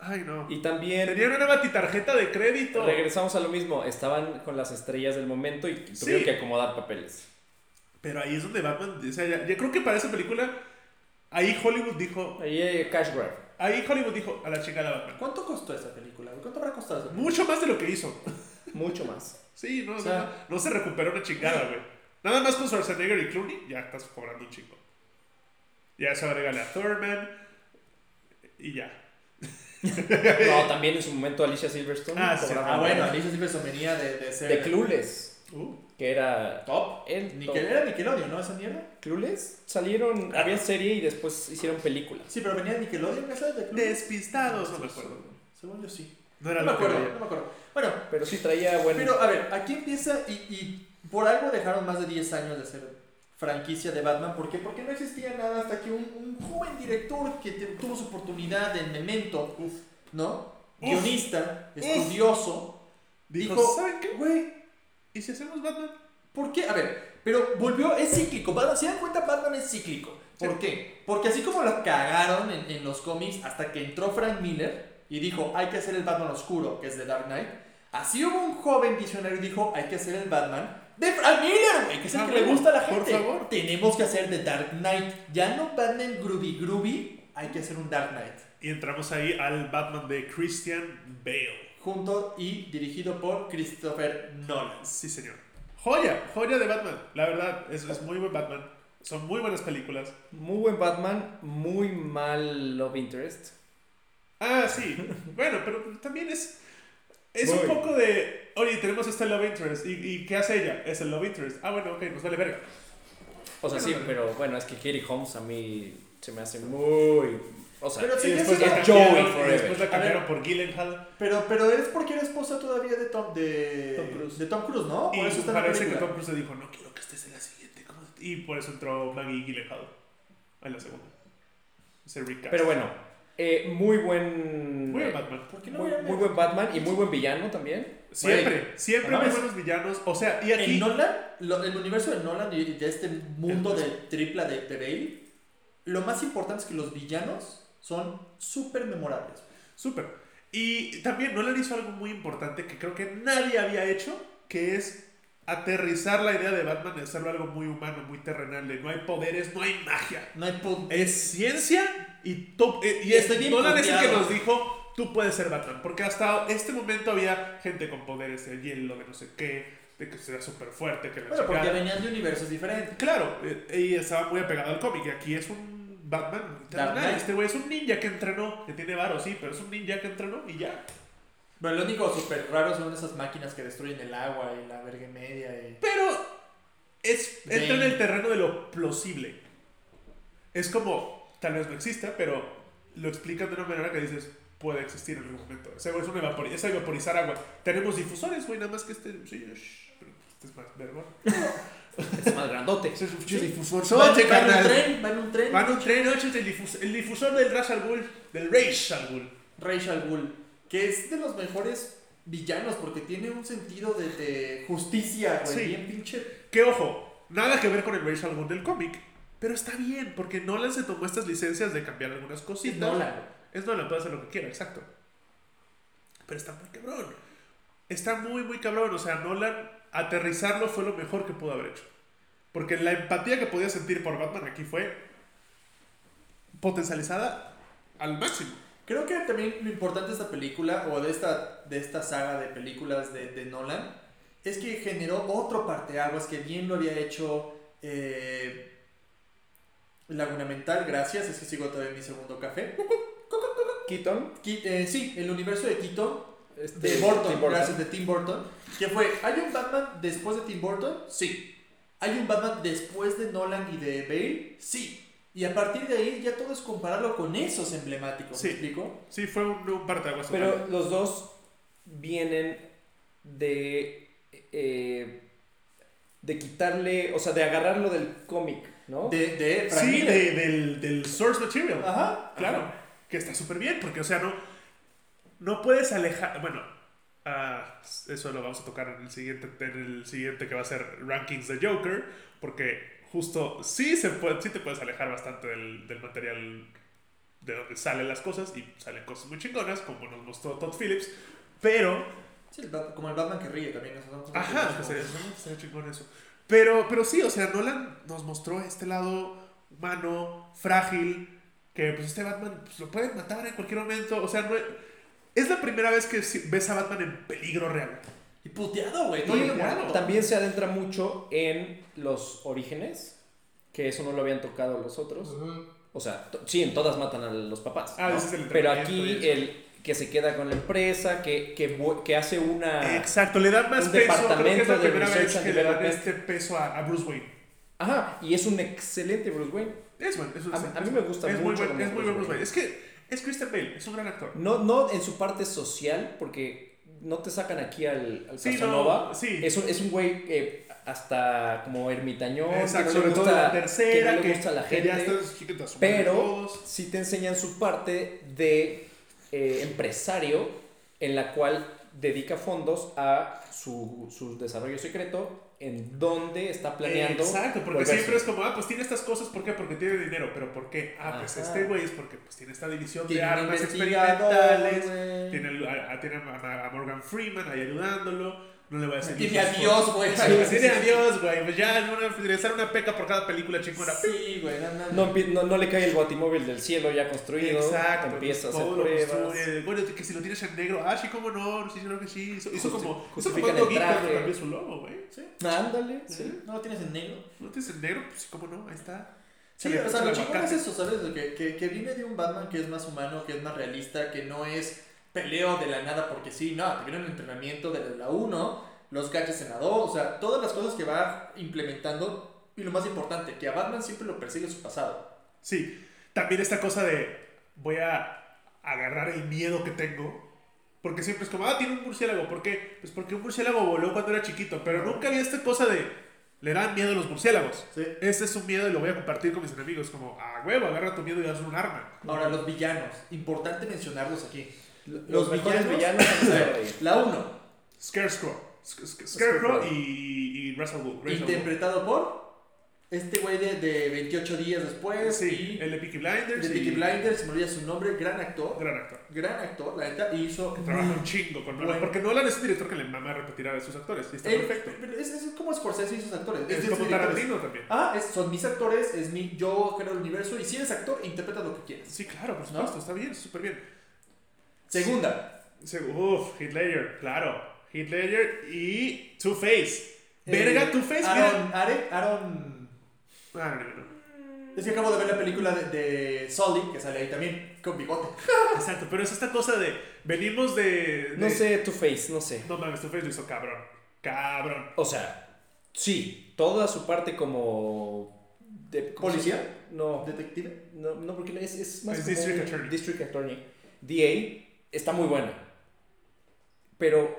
Ay, no. Y también Tenían una batitarjeta de crédito. regresamos a lo mismo. Estaban con las estrellas del momento y tuvieron Sí. que acomodar papeles. Pero ahí es donde Batman. O sea, ya- yo creo que para esa película. Ahí Hollywood dijo. Ahí eh, Cash Grab. Ahí Hollywood dijo a la chingada Batman. ¿Cuánto costó esa película? güey? ¿Cuánto habrá costado esa película? Mucho más de lo que hizo. Mucho más. Sí, no, O sea- no, no, no se recuperó una chingada, güey. Nada más con Schwarzenegger y Clooney, ya estás cobrando un chingo. Ya se agrega a Thurman. Y ya. No, también en su momento Alicia Silverstone. Ah, sí. cobraba Ah, bueno, más. Alicia Silverstone venía de, de ser. De Clueless, Uh. que era. Top. El top. Nickel, era Nickelodeon, ¿no? Esa mierda. Clueless salieron. Había serie y después hicieron película. Sí, pero venía de Nickelodeon, esa es de Clueless. Despistados, no me acuerdo. Según yo sí. No era No me lo que acuerdo, veía. no me acuerdo. Bueno, Pero sí traía bueno. pero a ver, aquí empieza y, y por algo dejaron más de 10 años de hacer franquicia de Batman. ¿Por qué? Porque no existía nada hasta que un, un joven director que te- tuvo su oportunidad en Memento, ¿no? Guionista, estudioso, Dijo, Dijo, ¿saben qué? güey, ¿Y si hacemos Batman? ¿Por qué? A ver, pero volvió, es cíclico. Batman, si dan cuenta, Batman es cíclico. ¿Por Sí. qué? Porque así como lo cagaron en, en los cómics hasta que entró Frank Miller y dijo, hay que hacer el Batman oscuro, que es de Dark Knight, así hubo un joven visionario y dijo, hay que hacer el Batman de Frank Miller, güey, que es el Ah, que le bueno, gusta a la por gente. favor. Tenemos que hacer de Dark Knight. Ya no Batman Groovy Groovy, hay que hacer un Dark Knight. Y entramos ahí al Batman de Christian Bale. Junto y dirigido por Christopher Nolan. Sí, señor. Joya, joya de Batman. La verdad, es, es muy buen Batman. Son muy buenas películas. Muy buen Batman, muy mal Love Interest. Ah, sí. bueno, pero también es. Es un Muy. poco de. Oye, tenemos este Love Interest. ¿Y, y qué hace ella? Es el Love Interest. Ah, bueno, ok, nos vale verga. O sea, sí, pero bueno, es que Katie Holmes a mí se me hace muy. O sea, Pero Y seguía después, siendo- la Joey cambiaron, y forever. después la A cambiaron por Gyllenhaal. Pero, pero es porque era esposa todavía de Tom, de, Tom Cruise. de Tom Cruise, ¿no? Y Por eso está en la parece que película. Tom Cruise le dijo: No quiero que estés en la siguiente. ¿cómo te-?" Y por eso entró Maggie Gyllenhaal. En la segunda. Se recast. pero bueno, eh, muy buen. Muy buen Batman. eh, ¿Por qué no Muy, voy a muy buen Batman y muy buen villano también. Siempre, Güey, siempre no muy mames. buenos villanos. O sea, y En aquí. Nolan, lo- el universo de Nolan y de este mundo de tripla de, de Bale, lo más importante es que los villanos son súper memorables. Súper. Y también Nolan hizo algo muy importante que creo que nadie había hecho, que es aterrizar la idea de Batman y hacerlo algo muy humano, muy terrenal. de No hay poderes, no hay magia. No hay pun- Es ciencia y top. eh, y Estoy es- bien Nolan es el que confiado. nos dijo, tú puedes ser Batman. Porque hasta este momento había gente con poderes de hielo, de no sé qué, de que será súper fuerte, que la Bueno, porque chingada. venían de universos diferentes. Claro, eh, y estaba muy apegado al cómic. Y aquí es un Batman. muy terrenal. Knight. Este güey es un ninja que entrenó, que tiene varo, sí, pero es un ninja que entrenó y ya. Bueno, lo único súper raro son esas máquinas que destruyen el agua y la verga y media. y- Pero es, De- entra en el terreno de lo plausible. Es como, tal vez no exista, pero lo explican de una manera que dices, puede existir en algún momento. O sea, es, un evapori- es evaporizar agua. Tenemos difusores, güey, nada más que este... Sí, shh, pero este es más verbo. Es más grandote. Este es un difusor. Va, Oye, va en un carnal. tren, va en un tren. Van un tren, oye, es el, difus- el difusor del Ra's al Ghul, del Rage al Ghul. Rachel Bull, que es de los mejores villanos porque tiene un sentido de, de justicia, güey, Sí. bien pinche. Que ojo, nada que ver con el Rage al Ghul del cómic. Pero está bien, porque Nolan se tomó estas licencias de cambiar algunas cositas. Nolan, güey. Es Nolan, puede hacer lo que quiera, exacto. Pero está muy cabrón. Está muy, muy cabrón. O sea, Nolan aterrizarlo fue lo mejor que pudo haber hecho. Porque la empatía que podía sentir por Batman aquí fue potencializada al máximo. Creo que también lo importante de esta película o de esta, de esta saga de películas de, de Nolan es que generó otro parteaguas que bien lo había hecho eh, Laguna Mental, gracias, es que sigo todavía en mi segundo café. Keaton. Ki- eh, sí, el universo de Keaton, Este, de Burton, Tim gracias, de Tim Burton, que fue, ¿hay un Batman después de Tim Burton? Sí. ¿Hay un Batman después de Nolan y de Bale? Sí. Y a partir de ahí ya todo es compararlo con esos emblemáticos, Sí. ¿me explico? Sí, fue un, un parteaguas. Pero los dos vienen de. eh, de quitarle. O sea, de agarrarlo del cómic, ¿no? De, de Frank sí, Miller. de- del, del source material. Ajá. Claro, que está súper bien, porque, o sea, no, no puedes alejar. Bueno, ah, eso lo vamos a tocar en el, siguiente, en el siguiente que va a ser Rankings de Joker, porque justo sí, se puede, sí te puedes alejar bastante del, del material de donde salen las cosas y salen cosas muy chingonas, como nos mostró Todd Phillips, pero Sí, el Bat- como el Batman que ríe también. eso, ¿no? Ajá, pues, que sería, ¿no? Sería chingón eso. Pero, pero sí, o sea, Nolan nos mostró este lado humano, frágil, que pues este Batman pues, lo pueden matar en cualquier momento. O sea, no es, es la primera vez que si- ves a Batman en peligro real. Y puteado, güey. No, todo y enamorado. puteado. También se adentra mucho en los orígenes, que eso no lo habían tocado los otros. Ujú. O sea, to- sí, en todas matan a los papás. Ah, ¿no? ese es el Pero entrenamiento aquí y eso. el que se queda con la empresa, que, que, vu- que hace una... Exacto, le dan más Ah. Un peso. Creo que es la departamento de primera vez research que and le dan development. este peso a, a Bruce Wayne. Ajá, y es un excelente Bruce Wayne. Es bueno, es un- A- a mí me gusta es Muy mucho buen, como es muy buen Bruce Wayne. Bruce Wayne. Es que es Christian Bale, es un gran actor. No, no en su parte social, porque no te sacan aquí al, al Sí, no, Casanova. sí. Es un, es un güey eh, hasta como ermitañón. Exacto, que no sobre le todo gusta- la tercera, que no que, le gusta a la que ya gente. está chiquito, a su madre Pero todos. sí te enseñan su parte de eh, empresario en la cual dedica fondos a su, su desarrollo secreto, en donde está planeando. Exacto, porque volverse. siempre es como, ah, pues tiene estas cosas, ¿por qué? Porque tiene dinero, pero ¿por qué? Ah, pues Ajá. este güey es porque pues, tiene esta división Tiene de un armas investigador, experimentales, güey. tiene, el- a, a- tiene a, a Morgan Freeman ahí ayudándolo, no le voy a decir... Tiene muchas a Dios, güey. cosas. Sí, tiene a Dios, güey, pues ya le van a regresar una peca por cada película chingona. Sí, güey. No, no, No, empie- no- no le cae el batimóvil del cielo ya construido. Exacto, Empieza a pues, hacer todo lo pruebas. construye. Bueno, que si lo tienes en negro, ah, sí, cómo no, sí, creo que sí. Hizo, hizo como, hizo como justifican un el doguito cuando traje. cambió su logo, güey. Sí. Ándale, sí. ¿No lo tienes en negro. ¿No tienes en negro? Pues sí, cómo no, ahí está. Se Sí, le o sea, lo puso el chingón es aguacate. eso, ¿sabes? De Que, que, que viene de un Batman que es más humano, que es más realista, que no es peleo de la nada porque sí, no, te viene el entrenamiento de la 1, los gadgets en la 2, o sea, todas las cosas que va implementando. Y lo más importante, que a Batman siempre lo persigue su pasado. Sí, también esta cosa de voy a agarrar el miedo que tengo. Porque siempre es como, ah, tiene un murciélago. ¿Por qué? Pues porque un murciélago voló cuando era chiquito. Pero nunca había esta cosa de, le dan miedo a los murciélagos. Sí. Ese es un miedo y lo voy a compartir con mis enemigos. Como, ah, huevo, agarra tu miedo y hazle un arma. Ahora, los villanos, importante mencionarlos aquí. Los, mejores villanos- villanos. han estado ahí. La 1, Scarecrow. Sc- Sc- Scarecrow Scarecrow. y, y Russell Wood. Russell Wood. interpretado por este güey de, de 28 días después. Sí, y el de Peaky Blinders. Ah, de y- Peaky Blinders, se me olvida su nombre, gran actor. Gran actor. Gran actor, la neta, y hizo Trabaja un chingo con Nolan. Bueno. Eh, Porque Nolan es un director que le mama repetir a sus actores. Y está Él- perfecto. pero Es, es como Scorsese y sus actores. Es de como directores. Tarantino también. Ah, es- son mis actores, es mi, yo creo el universo. Y si eres actor, interpreta lo que quieras. Sí, claro, por ¿No? supuesto, está bien, súper bien. Segunda, Se- Uf, Heath Ledger, claro. Heath Ledger y Two Face. eh, Verga, Two Face, mira. Aaron, Are- Aaron- Ah, no, no, no. Es que acabo de ver la película de, de Sully, que sale ahí también, con bigote. Exacto, pero es esta cosa de. Venimos de. de- No sé, tu face, no sé. No mames, Two Face lo hizo cabrón. Cabrón. O sea, sí, toda su parte como. De, ¿cómo se ¿Policía? llama? No, Detective. no, no, porque es, es más. Es como district un attorney. District Attorney. DA está muy buena. Pero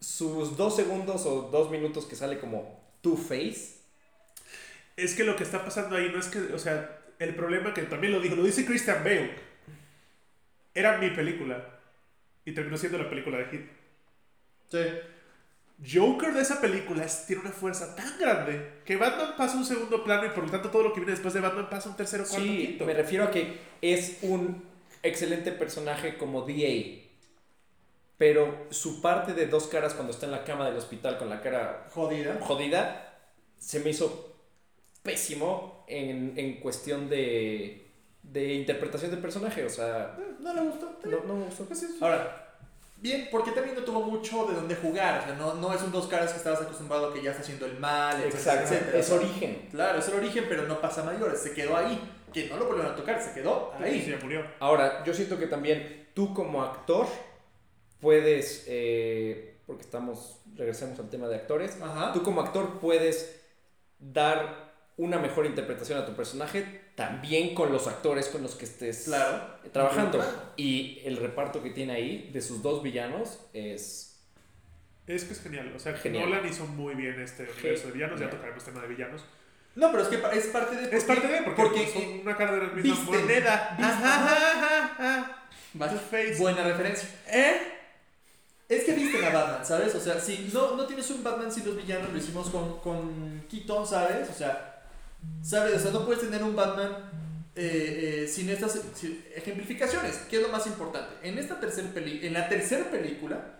sus dos segundos o dos minutos que sale como Two Face. Es que lo que está pasando ahí no es que. O sea, el problema que también lo dijo, lo dice Christian Bale. Era mi película. Y terminó siendo la película de Heath. Sí. Joker de esa película es- tiene una fuerza tan grande que Batman pasa a un segundo plano y por lo tanto todo lo que viene después de Batman pasa a un tercero, cuarto, Sí, quinto. me refiero a que es un excelente personaje como DA. pero su parte de dos caras cuando está en la cama del hospital con la cara Jodida. jodida se me hizo pésimo en, en cuestión de, de interpretación de personaje. O sea, No le gustó. está no, bien. no me gustó. Ahora, bien, porque también no tuvo mucho de dónde jugar. O sea, no, no es un dos caras que estabas acostumbrado que ya está haciendo el mal, etcétera, Exacto, etcétera. es origen. Claro, es el origen, pero no pasa a mayores. Se quedó ahí. Que no lo volvieron a tocar, se quedó Ahí. Sí, ahí. ya murió. Ahora, yo siento que también tú como actor puedes, eh, porque estamos, regresemos al tema de actores, Ajá. tú como actor puedes dar una mejor interpretación a tu personaje también con los actores con los que estés Claro. trabajando. Claro. Y el reparto que tiene ahí de sus dos villanos es... Es que es genial. O sea, Genial. Nolan hizo muy bien este universo de villanos. Ya tocaremos tema de villanos. No, pero es que pa- es parte de. Es parte de porque, Porque. son una cara de la misma viste. moneda. Viste. Ajá, ajá, ajá. Vas- Two Face. Buena referencia. ¿Eh? Es que viste a Batman, ¿sabes? O sea, si no, no tienes un Batman sin los villanos, lo hicimos con, con Keaton, ¿sabes? O sea, ¿sabes? O sea, no puedes tener un Batman eh, eh, sin estas sin- ejemplificaciones, que es lo más importante. En, esta tercer peli en la tercera película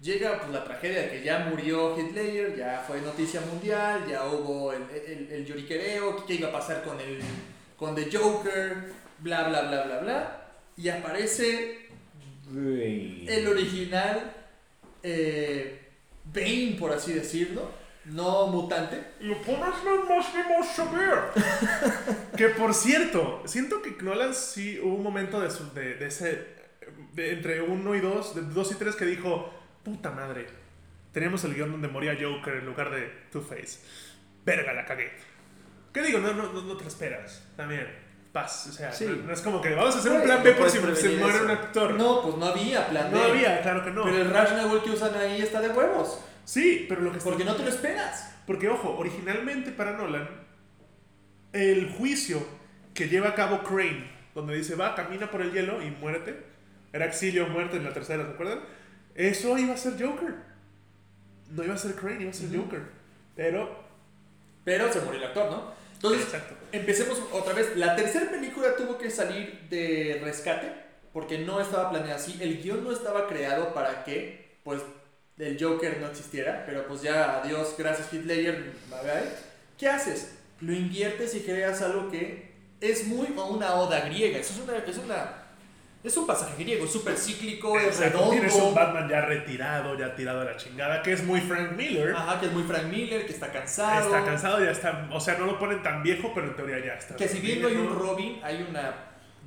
llega pues, la tragedia de que ya murió Hitler, ya fue noticia mundial, ya hubo el, el, el lloriquereo, qué iba a pasar con, el, con The Joker, bla, bla, bla, bla, bla. Y aparece el original eh, Bane, por así decirlo, no mutante. Lo pones lo más que hemos sabido. que por cierto, siento que Nolan sí hubo un momento de, su- de, de ese. de entre uno y dos, de dos y tres, que dijo: puta madre, teníamos el guión donde moría Joker en lugar de Two-Face. Verga, la cagué. ¿Qué digo? No, no, no, no te lo esperas. También. Paz. O sea, Sí. no, no es como que vamos a hacer un Bueno, plan B no por puedes si se prevenir muere eso. un actor. No, No, pues no había plan B. había, claro que no. Pero el Rational que usan ahí está de huevos. sí, pero lo que Porque no te lo esperas. Porque, ojo, originalmente para Nolan, el juicio que lleva a cabo Crane, donde dice, va, camina por el hielo y muérete, era exilio o muerte en la tercera, ¿se acuerdan? Eso iba a ser Joker. No iba a ser Crane, iba a ser Joker. Pero, Pero se murió el actor, ¿no? Entonces, exacto. empecemos otra vez. La tercera película tuvo que salir de rescate porque no estaba planeada así. El guión no estaba creado para que, pues, el Joker no existiera. Pero pues ya, adiós, gracias Hitler, bye bye. ¿Qué haces? Lo inviertes y creas algo que es muy o una oda griega. Eso es una... Es una es un pasaje griego, es súper cíclico, es Exacto, redondo. Tienes un Batman ya retirado, ya tirado a la chingada, que es muy Frank Miller. Ajá, que es muy Frank Miller, que está cansado. Está cansado, ya está. O sea, no lo ponen tan viejo, pero en teoría ya está. Que si bien no hay un viejo. Robin, hay una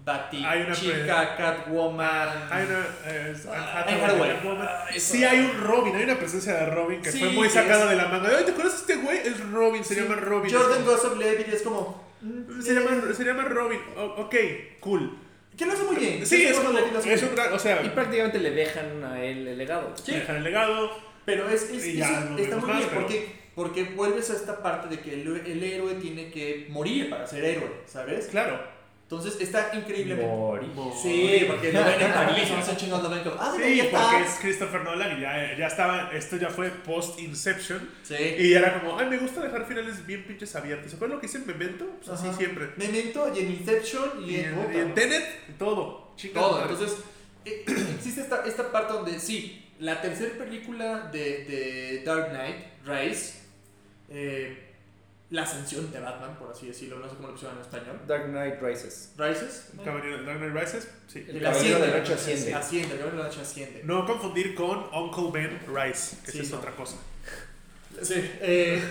Bati, Hay una chica, Catwoman. Hay una. eh, es Anne Ah, Hathaway, Anne Hathaway. Black Woman. Ah, eso. sí, hay un Robin, hay una presencia de Robin que Sí, fue muy que sacada es- de la manga. De, "Ay, ¿Te acuerdas de este güey? Es Robin, se Sí, llama Robin. Jordan Es- Gossop Levitt es como. mm, se llama, se llama Robin. O- ok, cool. Que lo hace muy bien. Sí, es, Gossip como- Levitt lo hace es muy un bien. gran. O sea, Y prácticamente le dejan a él el legado. Sí. dejan el legado. Pero es, es- Y ya eso no está vemos muy más, bien pero- porque, porque vuelves a esta parte de que el, el héroe tiene que morir para ser héroe, ¿sabes? Claro. Entonces está increíblemente. Morí. Sí, porque lo ven en París, no sé chingados, lo ven como. ¡Ah, mira, Sí, ahí está! porque es Christopher Nolan y ya, ya estaba. Esto ya fue post-Inception. Sí. Y era como, ay, me gusta dejar finales bien pinches abiertos. ¿Se acuerdan lo que hice en Memento? Pues así Ajá. siempre. Memento y en Inception y, Y en, puta, y en ¿no? Tenet, todo. Chingada todo. madre. Entonces, eh, existe esta, esta parte donde sí, la tercera película de, de Dark Knight, Rise, eh, la ascensión de Batman, por así decirlo, no sé cómo lo pusieron en español. Dark Knight Rises. Rises. El Caballero- Dark Knight Rises, sí. El Caballero de la Noche asciende. Asciende, el Caballero de la Noche asciende. No confundir con Uncle Ben Rice, que Sí, esa es no. otra cosa. Sí. eh,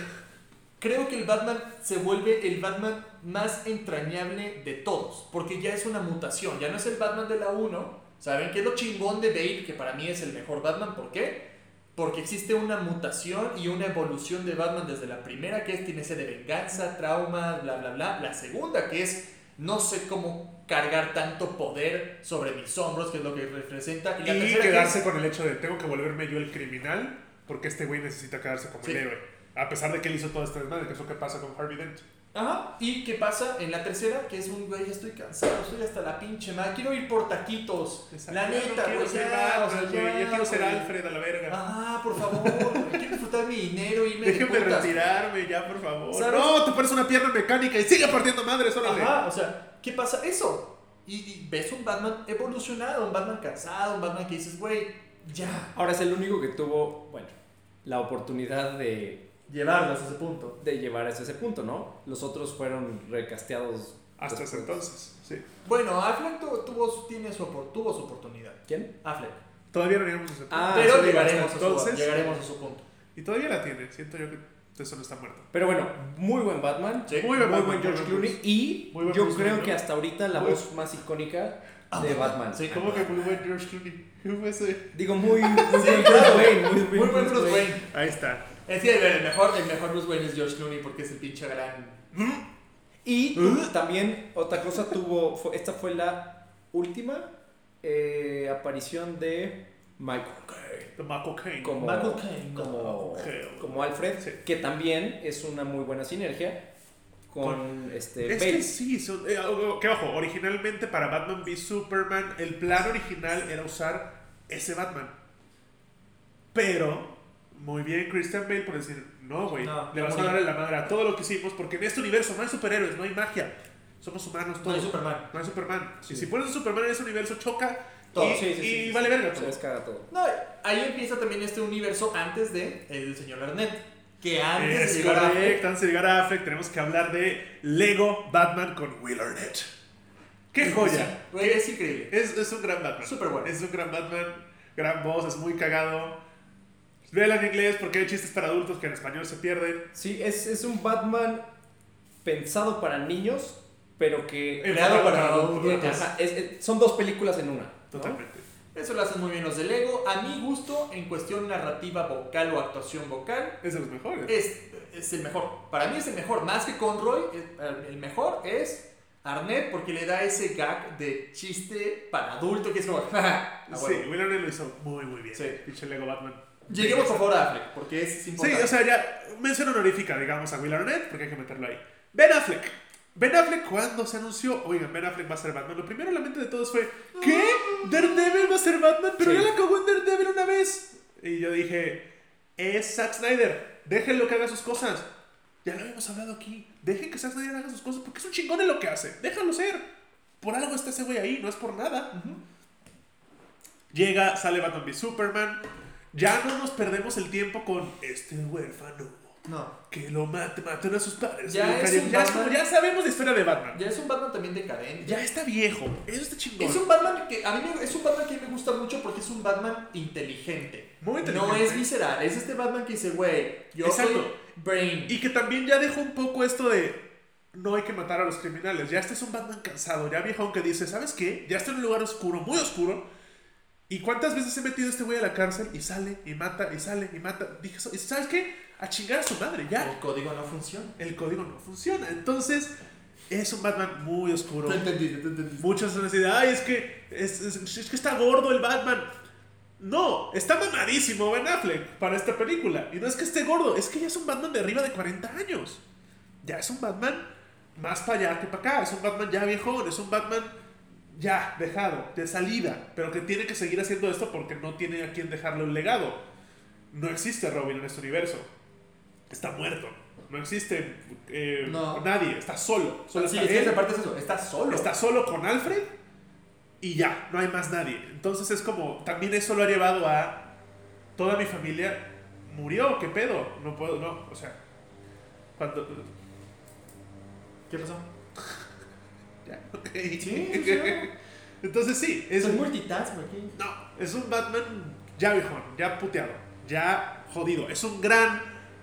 creo que el Batman se vuelve el Batman más entrañable de todos, porque ya es una mutación, ya no es el Batman de la 1, ¿saben? Que es lo chingón de Bale, que para mí es el mejor Batman, ¿por qué? Porque existe una mutación y una evolución de Batman desde la primera, que es, tiene ese de venganza, trauma, bla, bla, bla. La segunda, que es, no sé cómo cargar tanto poder sobre mis hombros, que es lo que representa. Y, la Y tercera, que es- quedarse con el hecho de tengo que volverme yo el criminal porque este güey necesita quedarse como Sí. el héroe. A pesar de que él hizo todo este desmadre, que es lo que pasa con Harvey Dent. Ajá, ¿y qué pasa en la tercera? Que es un güey, ya estoy cansado, estoy hasta la pinche madre, quiero ir por taquitos. La Yo no neta, quiero güey, ser ya, o Batman, sea, güey, ya, yo quiero ser güey. Ah, Alfred a la verga. Ajá, por favor, güey, quiero disfrutar mi dinero, irme Déjenme de putas. retirarme ya, por favor. ¿Sabes? No, te pones una pierna mecánica y sigue partiendo madres, órale. Ajá, o sea, ¿qué pasa? Eso. Y, y ves un Batman evolucionado, un Batman cansado, un Batman que dices, güey, Ya. Ahora es el único que tuvo, bueno, la oportunidad de, Llevarlos a ese punto. de llevar hasta ese punto, ¿no? Los otros fueron recasteados. Hasta ese después. entonces, sí. Bueno, Affleck tu- tuvo, su- tiene su, opor- tuvo su oportunidad. ¿Quién? Affleck. Todavía no llegamos a ese punto. Ah, Pero sí, llegaremos, a entonces- su, llegaremos a su punto. Y todavía la tiene. Siento yo que eso no está muerto. Pero bueno, muy buen Batman. Sí. Muy Muy buen buen Batman, George muy buen Clooney. Y Muy buen yo Bruce creo Wayne, que ¿no? hasta ahorita la Muy- Ah, voz más icónica de Batman. Sí, ¿Cómo que muy buen George Clooney? ¿Qué fue ese? Digo, muy, muy buen Bruce Wayne. Muy, Muy buen Bruce Wayne. Ahí está. Es que el, el mejor, el mejor Bruce Wayne es George Clooney porque es el pinche gran. Mm. Y ¿Eh? tu- también otra cosa tuvo, fue- esta fue la última eh, aparición de Michael Caine The Michael Caine. como, Michael Caine. como, Caine. como Alfred, Sí. que también es una muy buena sinergia con, este Es Bale. que sí, son, eh, o- o- que ojo, originalmente para Batman v Superman el plan original era usar ese Batman. Pero, muy bien Christian Bale por decir, no, güey, No, le no vas a morí. darle la madre a todo lo que hicimos porque en este universo no hay superhéroes, no hay magia. Somos humanos No todos. es Superman. No hay Superman. Sí. Y si pones a Superman en ese universo, choca Todo. y, Sí, sí, sí, y sí, vale verga Se todo. descarga todo. No, ahí empieza también este universo antes de el señor Arnett. Que antes Es de llegar a- correcto, antes de llegar a Affleck tenemos que hablar de Lego Batman con Will Arnett. ¡Qué joya! Güey, es increíble. Es, es un gran Batman. Súper bueno. Es un gran Batman, gran voz, es muy cagado. Véala en inglés porque hay chistes para adultos que en español se pierden. Sí, es, es un Batman pensado para niños, pero que... Creado para adultos. Ajá, es- es- son dos películas en una. ¿no? Totalmente. Eso lo hacen muy bien los de Lego. A mi gusto, en cuestión narrativa vocal o actuación vocal, Es de los mejores. es, es el mejor. Para mí es el mejor. Más que Conroy, es- el mejor es Arnett porque le da ese gag de chiste para adulto que es como... "Ja, ja". Ah, Sí, bueno. Will Arnett lo hizo muy, muy bien. Sí. Pinche Lego Batman. Lleguemos por favor a Affleck porque es Sí, importante. o sea, ya mención honorífica, digamos, a Will Arnett, porque hay que meterlo ahí. Ben Affleck. Ben Affleck, cuando se anunció, oigan, Ben Affleck va a ser Batman, lo primero en la mente de todos fue, ¿qué? ¿Daredevil va a ser Batman? Pero Sí. ya la cagó en Daredevil una vez. Y yo dije, es Zack Snyder, déjenlo que haga sus cosas. Ya lo habíamos hablado aquí, dejen que Zack Snyder haga sus cosas, porque es un chingón en lo que hace, déjalo ser. Por algo está ese güey ahí, no es por nada. Llega, sale Batman v Superman. Ya no nos perdemos el tiempo con este huérfano No. que lo mate, mataron a sus padres. Ya lo es cayeron. un ya, es Batman. como- ya sabemos la historia de Batman. Ya es un Batman también decadente. Ya está viejo. Eso está chingón. Es un Batman que a mí me, es un Batman que me gusta mucho porque es un Batman inteligente. Muy inteligente. No es visceral, es este Batman que dice, güey, yo soy Exacto. brain. Y que también ya dejó un poco esto de no hay que matar a los criminales. Ya este es un Batman cansado, ya viejo, aunque dice, ¿sabes qué? Ya está en un lugar oscuro, muy oscuro. ¿Y cuántas veces he metido a este güey a la cárcel y sale y mata y sale y mata? Dije, "So- ¿sabes qué? A chingar a su madre, ya. El código no funciona. El código no funciona. Entonces, es un Batman muy oscuro. No entendí, no entendí. Muchas personas dicen, ay, es que, es, es- es que está gordo el Batman. No, está mamadísimo Ben Affleck para esta película. Y no es que esté gordo, es que ya es un Batman de arriba de 40 años. Ya es un Batman más para allá que para acá. Es un Batman ya viejón, es un Batman ya dejado, de salida. Pero que tiene que seguir haciendo esto porque no tiene a quien dejarle un legado. No existe Robin en este universo. Está muerto. No existe eh, No. nadie, está solo. Solo Sí, está es que él. esa parte es eso, está solo. Está solo con Alfred y ya, no hay más nadie. Entonces es como, también eso lo ha llevado a toda mi familia murió, qué pedo, no puedo, no, o sea, cuando... ¿Qué pasó? ya, ok. Sí, o sea, Entonces sí, es es un un, multitask aquí. no, es un Batman ya viejón, ya puteado, ya jodido. Es un gran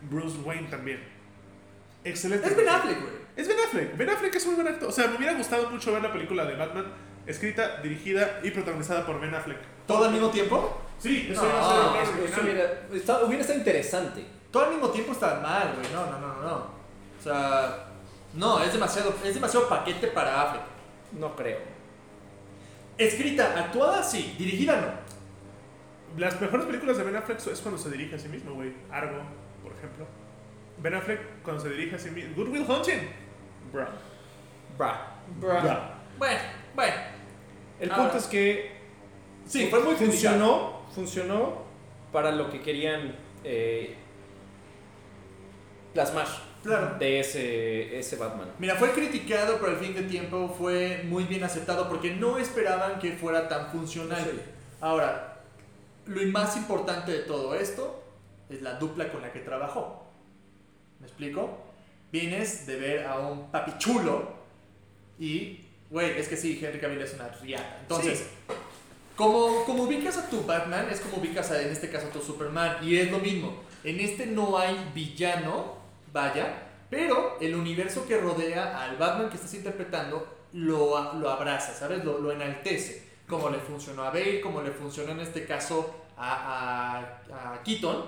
Bruce Wayne también. Excelente. Es Ben Affleck, güey. Es Ben Affleck. Ben Affleck es un buen actor. O sea, me hubiera gustado mucho ver la película de Batman, escrita, dirigida y protagonizada por Ben Affleck. ¿Todo al mismo tiempo? Sí, eso No, iba a ser el plan Eso- eso original. hubiera, está- hubiera estado interesante. Todo al mismo tiempo está mal, güey. No, no, no, no, no. O sea, no, es demasiado, es demasiado paquete para Affleck. No creo. Escrita, actuada, sí. Dirigida, no. Las mejores películas de Ben Affleck es cuando se dirige a sí mismo, güey. Argo, por ejemplo. Ben Affleck cuando se dirige a sí mismo. Good Will Hunting. Bra. Bra. Bra. Bueno, bueno. El Ahora. punto es que Ah, Sí, fue muy criticado. funcionó, funcionó para lo que querían eh, plasmar Claro. de ese, ese Batman. Mira, fue criticado, pero al fin de tiempo fue muy bien aceptado porque no esperaban que fuera tan funcional. Sí. Ahora, lo más importante de todo esto es la dupla con la que trabajó. ¿Me explico? Vienes de ver a un papi chulo y, güey, es que sí, Henry Cavill es una riata. Entonces, como, como ubicas a tu Batman, es como ubicas a, en este caso a tu Superman. Y es lo mismo. En este no hay villano, vaya, pero el universo que rodea al Batman que estás interpretando lo, a- lo abraza, ¿sabes? Lo, lo enaltece. Como le funcionó a Bale, como le funcionó en este caso a, a- a Keaton,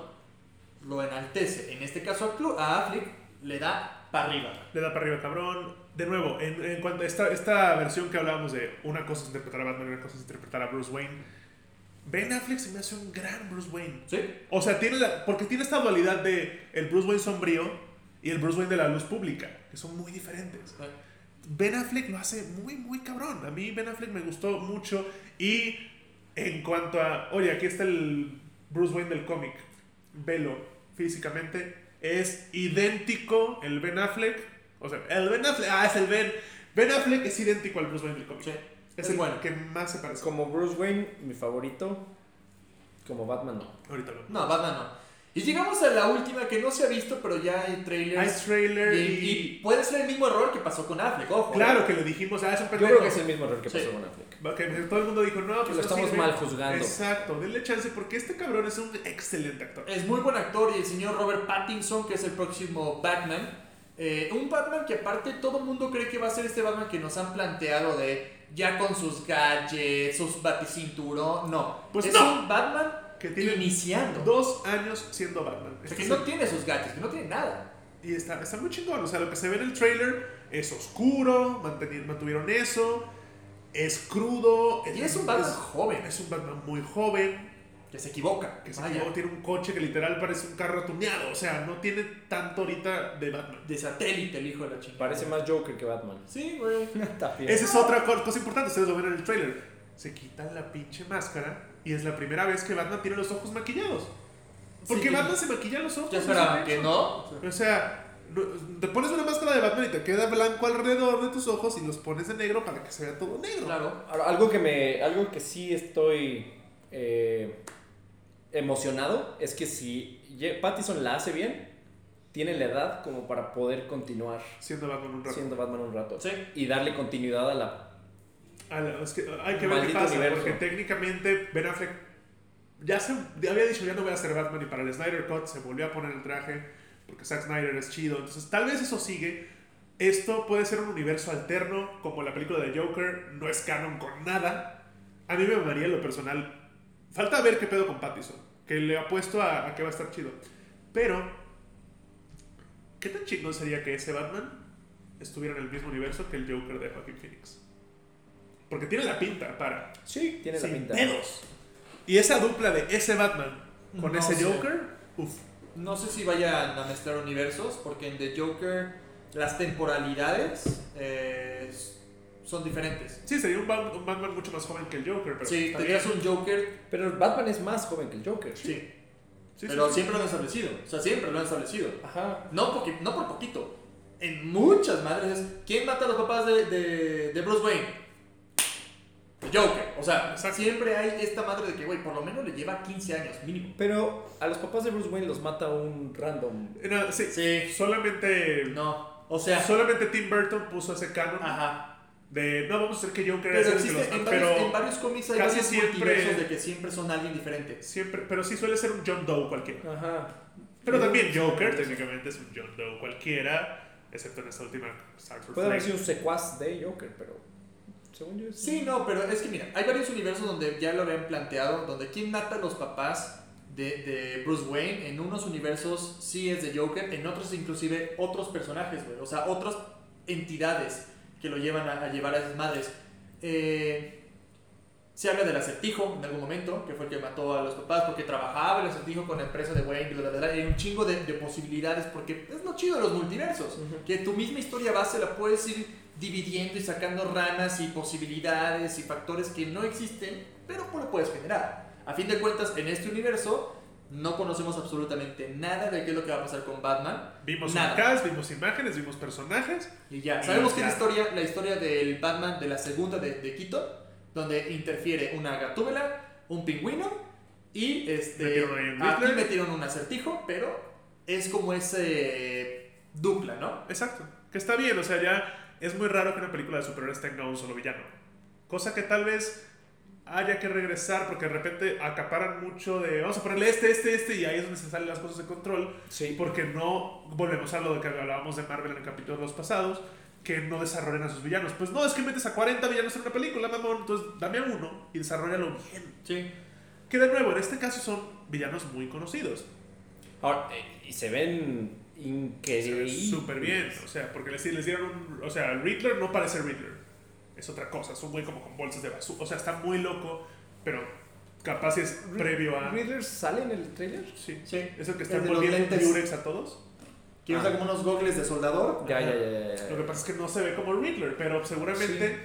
lo enaltece. En este caso a, Clu- a Affleck le da para arriba. Le da para arriba, cabrón. De nuevo, en, en cuanto a esta, esta versión que hablábamos de una cosa es interpretar a Batman y una cosa es interpretar a Bruce Wayne, Ben Affleck se me hace un gran Bruce Wayne. ¿Sí? O sea, tiene la, porque tiene esta dualidad de el Bruce Wayne sombrío y el Bruce Wayne de la luz pública, que son muy diferentes. Ben Affleck lo hace muy, muy cabrón. A mí Ben Affleck me gustó mucho. Y en cuanto a, oye, aquí está el Bruce Wayne del cómic, velo físicamente, es idéntico el Ben Affleck. O sea, el Ben Affleck, ah, es el Ben. Ben Affleck es idéntico al Bruce Wayne del cómic. Sí. Es Es el bueno. que más se parece. Como Bruce Wayne, mi favorito. Como Batman, no. Ahorita lo. No, Batman no. Y llegamos a la última que no se ha visto, pero ya hay Hay trailers. trailer Y, y, y puede ser el mismo error que pasó con Affleck, ojo. ¿eh? Claro que le dijimos, ah, es un Yo pendejo. creo que es el mismo error que Sí. pasó con Affleck. Va, que todo el mundo dijo, no, pues lo no estamos sirve. mal juzgando. Exacto, denle chance porque este cabrón es un excelente actor. Es muy buen actor y el señor Robert Pattinson, que es el próximo Batman. eh, un Batman que aparte todo el mundo cree que va a ser este Batman que nos han planteado de ya con sus gadgets, sus baticinturón. No, Pues es no. un Batman Que tiene iniciando. Dos años siendo Batman. O sea, que Este no es el- tiene sus gadgets, que no tiene nada. y está, está muy chingón. O sea, lo que se ve en el trailer es oscuro, manteni- mantuvieron eso, es crudo. Y es un Batman joven, Es un Batman muy joven, que se equivoca. que se vaya. equivocó, tiene un coche que literal parece un carro tuneado. O sea, no tiene tanto ahorita de Batman. De satélite el hijo de la chingada. Parece más Joker que Batman. Sí, güey. Está bien. Esa es otra co- cosa importante, ustedes lo ven en el trailer. Se quitan la pinche máscara y es la primera vez que Batman tiene los ojos maquillados. Porque Sí. Batman se maquilla los ojos. Ya es un esperaban hecho. que no. O sea, no- te pones una máscara de Batman y te queda blanco alrededor de tus ojos y los pones de negro para que se vea todo negro. Claro. Ahora, algo que me. Algo que sí estoy eh, emocionado es que si Ye- Pattinson la hace bien, tiene la edad como para poder continuar Siendo Batman un rato. siendo Batman un rato. Sí. Y darle continuidad a la. A la- es que ah, hay que ver qué Maldito pasa, universo. porque técnicamente Ben Affleck ya, se, ya había dicho, ya no voy a ser Batman y para el Snyder Cut se volvió a poner el traje, porque Zack Snyder es chido, entonces tal vez eso sigue. Esto puede ser un universo alterno, como la película de Joker, no es canon con nada. A mí me mamaría en lo personal. Falta ver qué pedo con Pattinson, que le apuesto a, a que va a estar chido. Pero, ¿qué tan chingón sería que ese Batman estuviera en el mismo universo que el Joker de Joaquin Phoenix? Porque tiene la pinta para. Sí, tiene sin la pinta. pedos. Y esa dupla de ese Batman con No ese sé. Joker, uff. No sé si vayan a mezclar universos, porque en The Joker las temporalidades eh, son diferentes. Sí, sería un, Bat- un Batman mucho más joven que el Joker, pero. Sí, está tendrías bien. un Joker, Pero Batman es más joven que el Joker. sí, Sí, pero sí, sí. siempre lo han establecido. O sea, siempre lo han establecido. Ajá. No, porque, no por poquito. En muchas madres es, ¿quién mata a los papás de, de- de Bruce Wayne? The Joker. O sea, Exacto. siempre hay esta madre de que, güey, por lo menos le lleva 15 años mínimo. Pero a los papás de Bruce Wayne los mata un random. Eh, no, sí. Sí. Solamente. No. O sea, Solamente Tim Burton puso ese canon ajá. de no vamos a hacer que Joker Pero es el que existe, los en, mata", varios, pero en varios cómics hay casi varios siempre- multiversos de que siempre son alguien diferente. siempre, pero sí suele ser un John Doe cualquiera. Ajá. Pero también Joker técnicamente es un John Doe cualquiera, excepto en esta última Sartre Puede haber sido un secuaz de Joker, pero. Según yo. es- Sí, no, pero es que mira, hay varios universos donde ya lo habían planteado, donde quién mata a los papás de, de Bruce Wayne, en unos universos sí es de Joker, en otros inclusive otros personajes, güey, o sea, otras entidades que lo llevan a, a llevar a esas madres. Eh, se habla del acertijo en algún momento, que fue el que mató a los papás porque trabajaba el acertijo con la empresa de Wayne, bla, bla, bla, y hay un chingo de, de posibilidades porque es lo chido de los multiversos, Ujú. que tu misma historia base la puedes ir dividiendo y sacando ranas y posibilidades y factores que no existen, pero pues lo puedes generar. A fin de cuentas, en este universo no conocemos absolutamente nada de qué es lo que va a pasar con Batman Vimos Nada. un cast, vimos imágenes, vimos personajes. y ya. Y Sabemos que ya. es la historia, la historia del Batman de la segunda de, de Quito, donde interfiere una gatúbela, un pingüino Y este, Metieron ahí un aquí Riddler. metieron un acertijo, pero es como ese dupla, ¿no? Exacto. Que está bien, o sea, ya es muy raro que una película de superhéroes tenga un solo villano. Cosa que tal vez haya que regresar porque de repente acaparan mucho de vamos a ponerle este, este, este y ahí es donde se salen las cosas de control. Sí. Porque no volvemos a lo de que hablábamos de Marvel en el capítulo de los pasados, que no desarrollan a sus villanos. Pues no, es que metes a 40 villanos en una película, mamón. Entonces dame uno y desarrollalo bien. Sí. Que de nuevo, en este caso son villanos muy conocidos. Ahora, eh, y se ven Se ve increíbles. súper bien. O sea, porque les, les dieron un. O sea, Riddler no parece Riddler. Es otra cosa. Es un güey como con bolsas de basura. O sea, está muy loco, pero capaz es Rid- previo a. ¿Riddler sale en el trailer? Sí. Sí. Es el que está El de los envolviendo lentes. Durex a todos. Que usa como unos gogles de soldador. Ah. Ya, ya, ya, ya, ya. Eh. Lo que pasa es que no se ve como Riddler, pero seguramente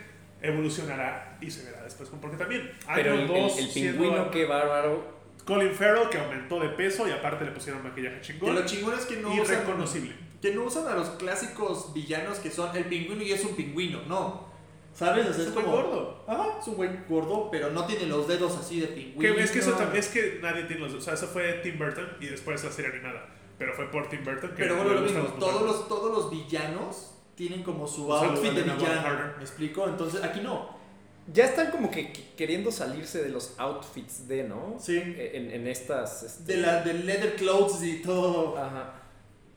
evolucionará y se verá después. Porque también hay Pero el, el- dos el pingüino, qué bárbaro. Colin Farrell, que aumentó de peso y aparte le pusieron maquillaje Que lo chingón. chingón es que no y usan reconocible. que no usan a los clásicos villanos que son el pingüino y es un pingüino, no. ¿Sabes? O sea, Es un güey como- gordo. Ajá, es un güey gordo, pero no tiene los dedos así de pingüino. Que es que eso tam- es que nadie tiene los, o sea, eso fue Tim Burton y después la serie animada, pero fue por Tim Burton que Pero bueno, le lo gustan mismo, los todos los, todos los villanos tienen como su O sea, outfit de Helena Bonham villano. Carter. ¿Me explico? Entonces, aquí no. Ya están como que qu- queriendo salirse de los outfits de, ¿no? Sí. Eh, En, en estas. este- De la de leather clothes y todo Ajá.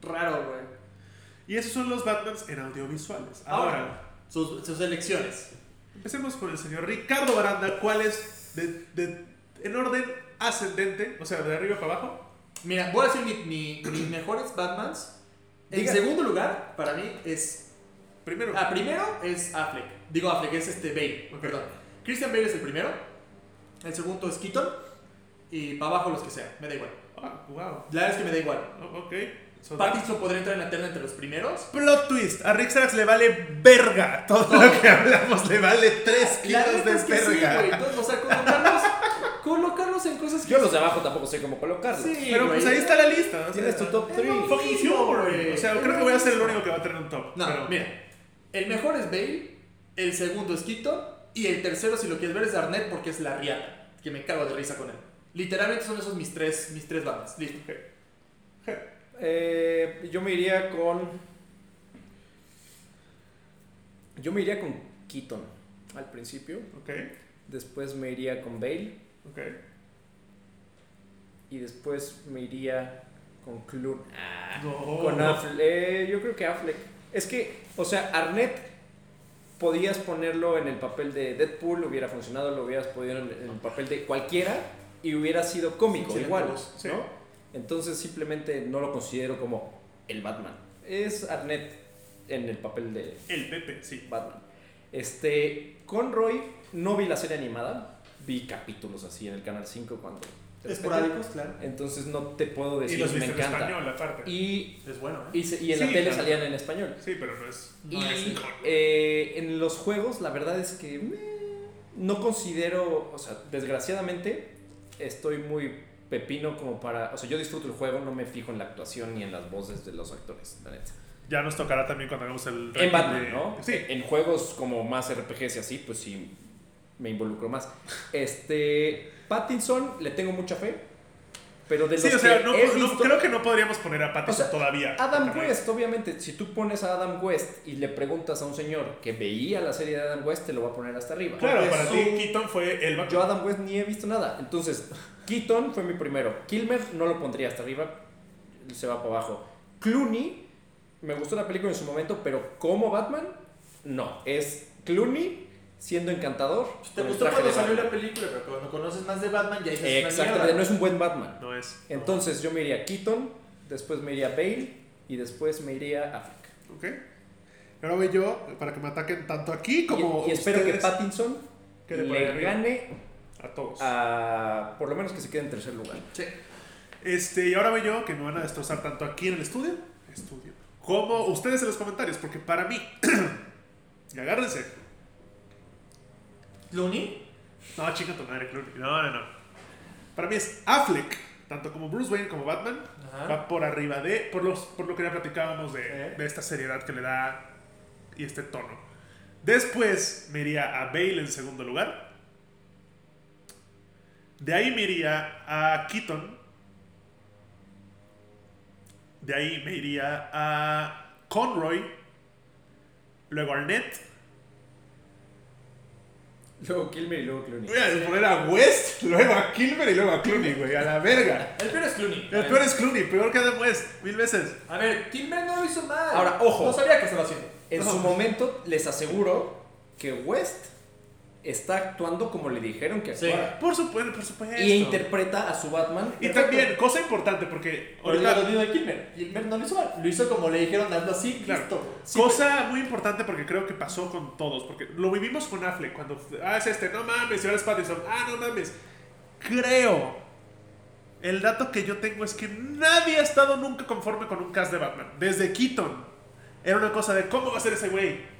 raro, güey. Y esos son los Batmans en audiovisuales. Ahora, Ahora. Sus, sus elecciones. empecemos con el señor Ricardo Baranda, ¿cuál es de, de- en orden ascendente, o sea, de arriba para abajo? Mira, voy a decir mi- mi- mis mejores Batmans. En Diga. segundo lugar, para mí, es Primero, Ah, primero es Affleck. Digo Affleck, es este Bale. Ok. Perdón. Christian Bale es el primero. El segundo es Keaton. Y para abajo los que sean. Me da igual. ah, wow, La verdad es que me da igual. o- ok. So- Pattinson podría entrar en la terna entre los primeros. Plot twist, a Rick Sarax le vale verga todo lo que hablamos, le vale tres La kilos verdad de es que sí, verga. güey. Entonces, o sea, colocarlos, colocarlos en cosas que... Yo los de abajo tampoco sé cómo colocarlos. Sí, pero pues ahí está la lista. o Tienes sea, tu top Es 3. lo- Fucking humor, güey. O sea, creo que voy a ser el único que va a tener un top. No, pero- mira. El mejor es Bale. El segundo es Keaton. Y el tercero, si lo quieres ver, es Arnett porque es la riata. Que me cago de risa con él. Literalmente son esos mis tres, mis tres bandas. Listo. Eh, yo me iría con. Yo me iría con Keaton al principio. Ok, Después me iría con Bale. ok. Y después me iría con Clune. Ah, Oh, No. Con Affleck. Eh, yo creo que Affleck. Es que, o sea, Arnett. Podías ponerlo en el papel de Deadpool, hubiera funcionado, lo hubieras podido en el papel de cualquiera y hubiera sido cómico Excelente igual. voz. Sí. ¿no? Entonces simplemente no lo considero como el Batman. Es Arnett en el papel de El Pepe, sí. Batman. Este, Conroy, no vi la serie animada, vi capítulos así en el Canal 5 cuando... Esporádicos, claro. Entonces no te puedo Y decir, los me viste en encanta. español, aparte. Y, Es bueno, ¿eh? y, se- y en la Sí, tele claro. salían en español. Sí, pero no es. No, y es- eh, en los juegos, la verdad es que meh, no considero, o sea, desgraciadamente, estoy muy pepino como para, o sea, yo disfruto el juego, no me fijo en la actuación ni en las voces de los actores, la neta. Ya nos tocará también cuando hagamos el. En ranking Batman, de- ¿no? Sí. En juegos como más RPGs y así, pues sí, me involucro más. Este, Pattinson, le tengo mucha fe, pero de los Sí, o sea, que no, he no- visto- creo que no podríamos poner a Pattinson O sea, todavía. Adam Otra vez. West, obviamente, si tú pones a Adam West y le preguntas a un señor que veía la serie de Adam West, te lo va a poner hasta arriba. Claro, Porque para su- ti Keaton fue el Batman. Yo Adam West ni he visto nada. Entonces, Keaton fue mi primero. Kilmer no lo pondría hasta arriba, se va para abajo. Clooney, me gustó la película en su momento, pero como Batman, no. Es Clooney siendo encantador. Te con el gustó traje cuando de salió la Batman. película, pero cuando conoces más de Batman ya dices "Es una Exactamente, no mierda". es un buen Batman. No es. Entonces, yo me iría a Keaton, después me iría a Bale y después me iría a Affleck. Ok. Ahora voy yo para que me ataquen tanto aquí como. y, y espero que ustedes, Pattinson que le le pone arriba. gane A todos. a. Por lo menos que se quede en tercer lugar. Sí. Este, y ahora voy yo que me van a destrozar tanto aquí en el estudio, estudio, como ustedes en los comentarios, porque para mí, y agárrense, Clooney, no, chica tu madre, Clooney, no, no, no. Para mí es Affleck, tanto como Bruce Wayne como Batman, Ajá. va por arriba de, por, los, por lo que ya platicábamos de, Sí. de esta seriedad que le da y este tono. Después me iría a Bale en segundo lugar. De ahí me iría a Keaton. De ahí me iría a Conroy. Luego Arnett. Luego Kilmer y luego Clooney. Voy a poner a West, luego a Kilmer y luego a Clooney, güey. A la verga. El peor es Clooney. El peor es Clooney, peor que Adam West, mil veces. A ver, Kilmer no lo hizo mal. Ahora, ojo. No sabía que estaba haciendo. En su momento les aseguro que West está actuando como le dijeron que Sí. actuara. Por supuesto, por supuesto. Y interpreta a su Batman. Y también, cosa importante, porque Pero digo lo ahorita, mismo de Kilmer. Kilmer no lo hizo mal. Lo hizo como le dijeron, hazlo así, Claro. listo. Sí, cosa muy importante porque creo que pasó con todos, porque lo vivimos con Affleck cuando, ah, es este, no mames, y ahora es Pattinson, ah, no mames. Creo, el dato que yo tengo es que nadie ha estado nunca conforme con un cast de Batman, desde Keaton. Era una cosa de, ¿cómo va a ser ese güey?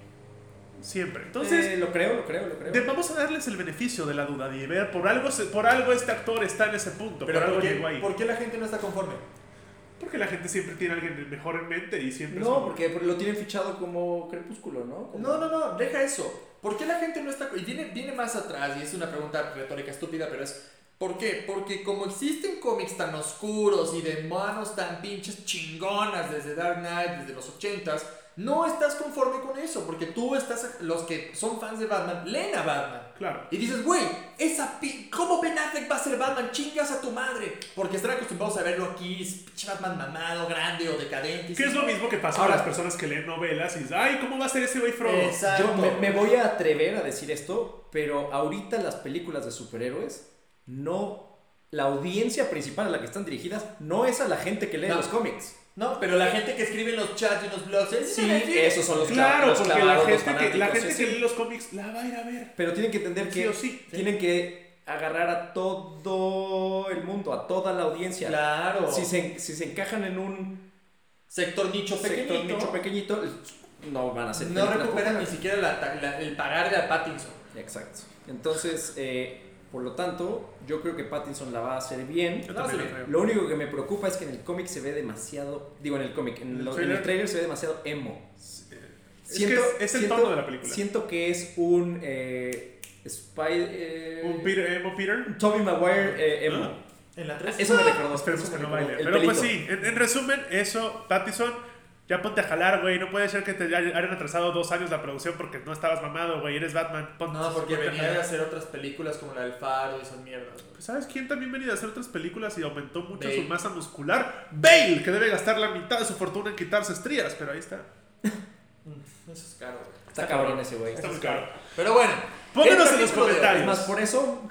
Siempre. Entonces, Eh, lo creo, lo creo, lo creo. de- vamos a darles el beneficio de la duda y ver, por algo, se- por algo este actor está en ese punto, Pero por algo ¿por llegó qué, ahí. ¿por qué la gente no está conforme? Porque la gente siempre tiene a alguien mejor en mente y siempre... es No, como- porque lo tienen fichado como Crepúsculo, ¿no? Como- No, no, no, deja eso. ¿Por qué la gente no está.? Y viene, viene más atrás, y es una pregunta retórica estúpida, pero es. ¿Por qué? Porque como existen cómics tan oscuros y de manos tan pinches chingonas desde Dark Knight, desde los ochentas, no estás conforme con eso, porque tú estás. Los que son fans de Batman leen a Batman. Claro. Y dices, güey, esa pi- ¿cómo Ben Affleck va a ser Batman? Chingas a tu madre. Porque están acostumbrados a verlo aquí, es pinche Batman mamado, grande o decadente. y Que es sí. lo mismo que pasa Ahora- con las personas que leen novelas y dicen, ay, ¿cómo va a ser ese güey Frodo? Exacto. Yo me, me voy a atrever a decir esto, pero ahorita las películas de superhéroes no. La audiencia principal a la que están dirigidas no es a la gente que lee No. los cómics. No, pero la gente que escribe en los chats y en los blogs, ¿eh? Sí, me refiero. esos son los cla- claro, los porque la clavados, los gente, que, la fanáticos, gente sí, que sí. lee los cómics la va a ir a ver. Pero tienen que entender Sí que o sí. tienen que agarrar a todo el mundo, a toda la audiencia. Claro. Si se, si se encajan en un Sector nicho pequeñito. sector nicho pequeñito, no van a ser no películas recuperan ni populares. siquiera la ta- la- el parar de a Pattinson. Exacto. Entonces, eh, por lo tanto, yo creo que Pattinson la va a hacer bien. Yo No, también sí. lo creo. Lo único que me preocupa es que en el cómic se ve demasiado. Digo, en el cómic, en, ¿El lo- en trailer? eh, el trailer se ve demasiado emo. Es que es, es el siento- tono de la película. Siento que es un. Eh, Spy. eh, Un Peter, emo Peter. Tobey Maguire eh, emo. En la Ah, Eso me recordó. Ah, Esperemos eso que me no recordó. baile. El Pero pues pelito. sí, en, en resumen, eso, Pattison, ya ponte a jalar, güey. No puede ser que te hayan hayan atrasado dos años la producción porque no estabas mamado, güey. Eres Batman. Ponte- No, porque ponte a venía de jalar. hacer otras películas como la del Faro y esas mierdas. güey. pues, ¿Sabes quién también venía a hacer otras películas y aumentó mucho Bale. su masa muscular? Bale, que debe gastar la mitad de su fortuna en quitarse estrías, pero ahí está. Mm, Eso es caro, güey. Está cabrón ese güey. Está muy caro. Pero bueno. Pónganos el en los capítulo de hoy, comentarios. Es más, por eso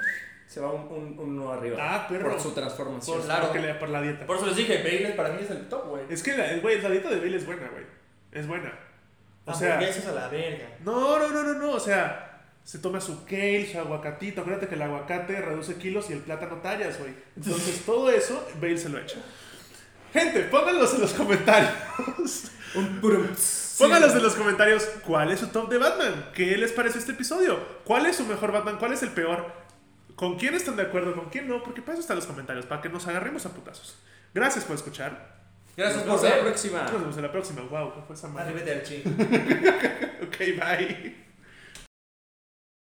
se va un, un, uno arriba. Ah, perro. Por su transformación. Por Claro. Porque le- por la dieta. Por eso les dije, Bale para mí es el top, güey. Es que, la, güey, la dieta de Bale es buena, güey. Es buena. O sea... Hamburguesas a la verga. No, no, no, no, no. O sea, se toma su kale, su aguacatito. Acuérdate que el aguacate reduce kilos y el plátano tallas, güey. Entonces, todo eso, Bale se lo echa. Gente, pónganlos en los comentarios. Un purum. Sí. Pónganlos en los comentarios cuál es su top de Batman. ¿Qué les pareció este episodio? ¿Cuál es su mejor Batman? ¿Cuál es el peor? ¿Con quién están de acuerdo? ¿Con quién no? Porque para eso están los comentarios, para que nos agarremos a putazos. Gracias por escuchar. Gracias Nos por vemos en la ver. próxima. Nos vemos en la próxima. Wow, ¿qué fue esa madre? Arrivederci. Ok, bye.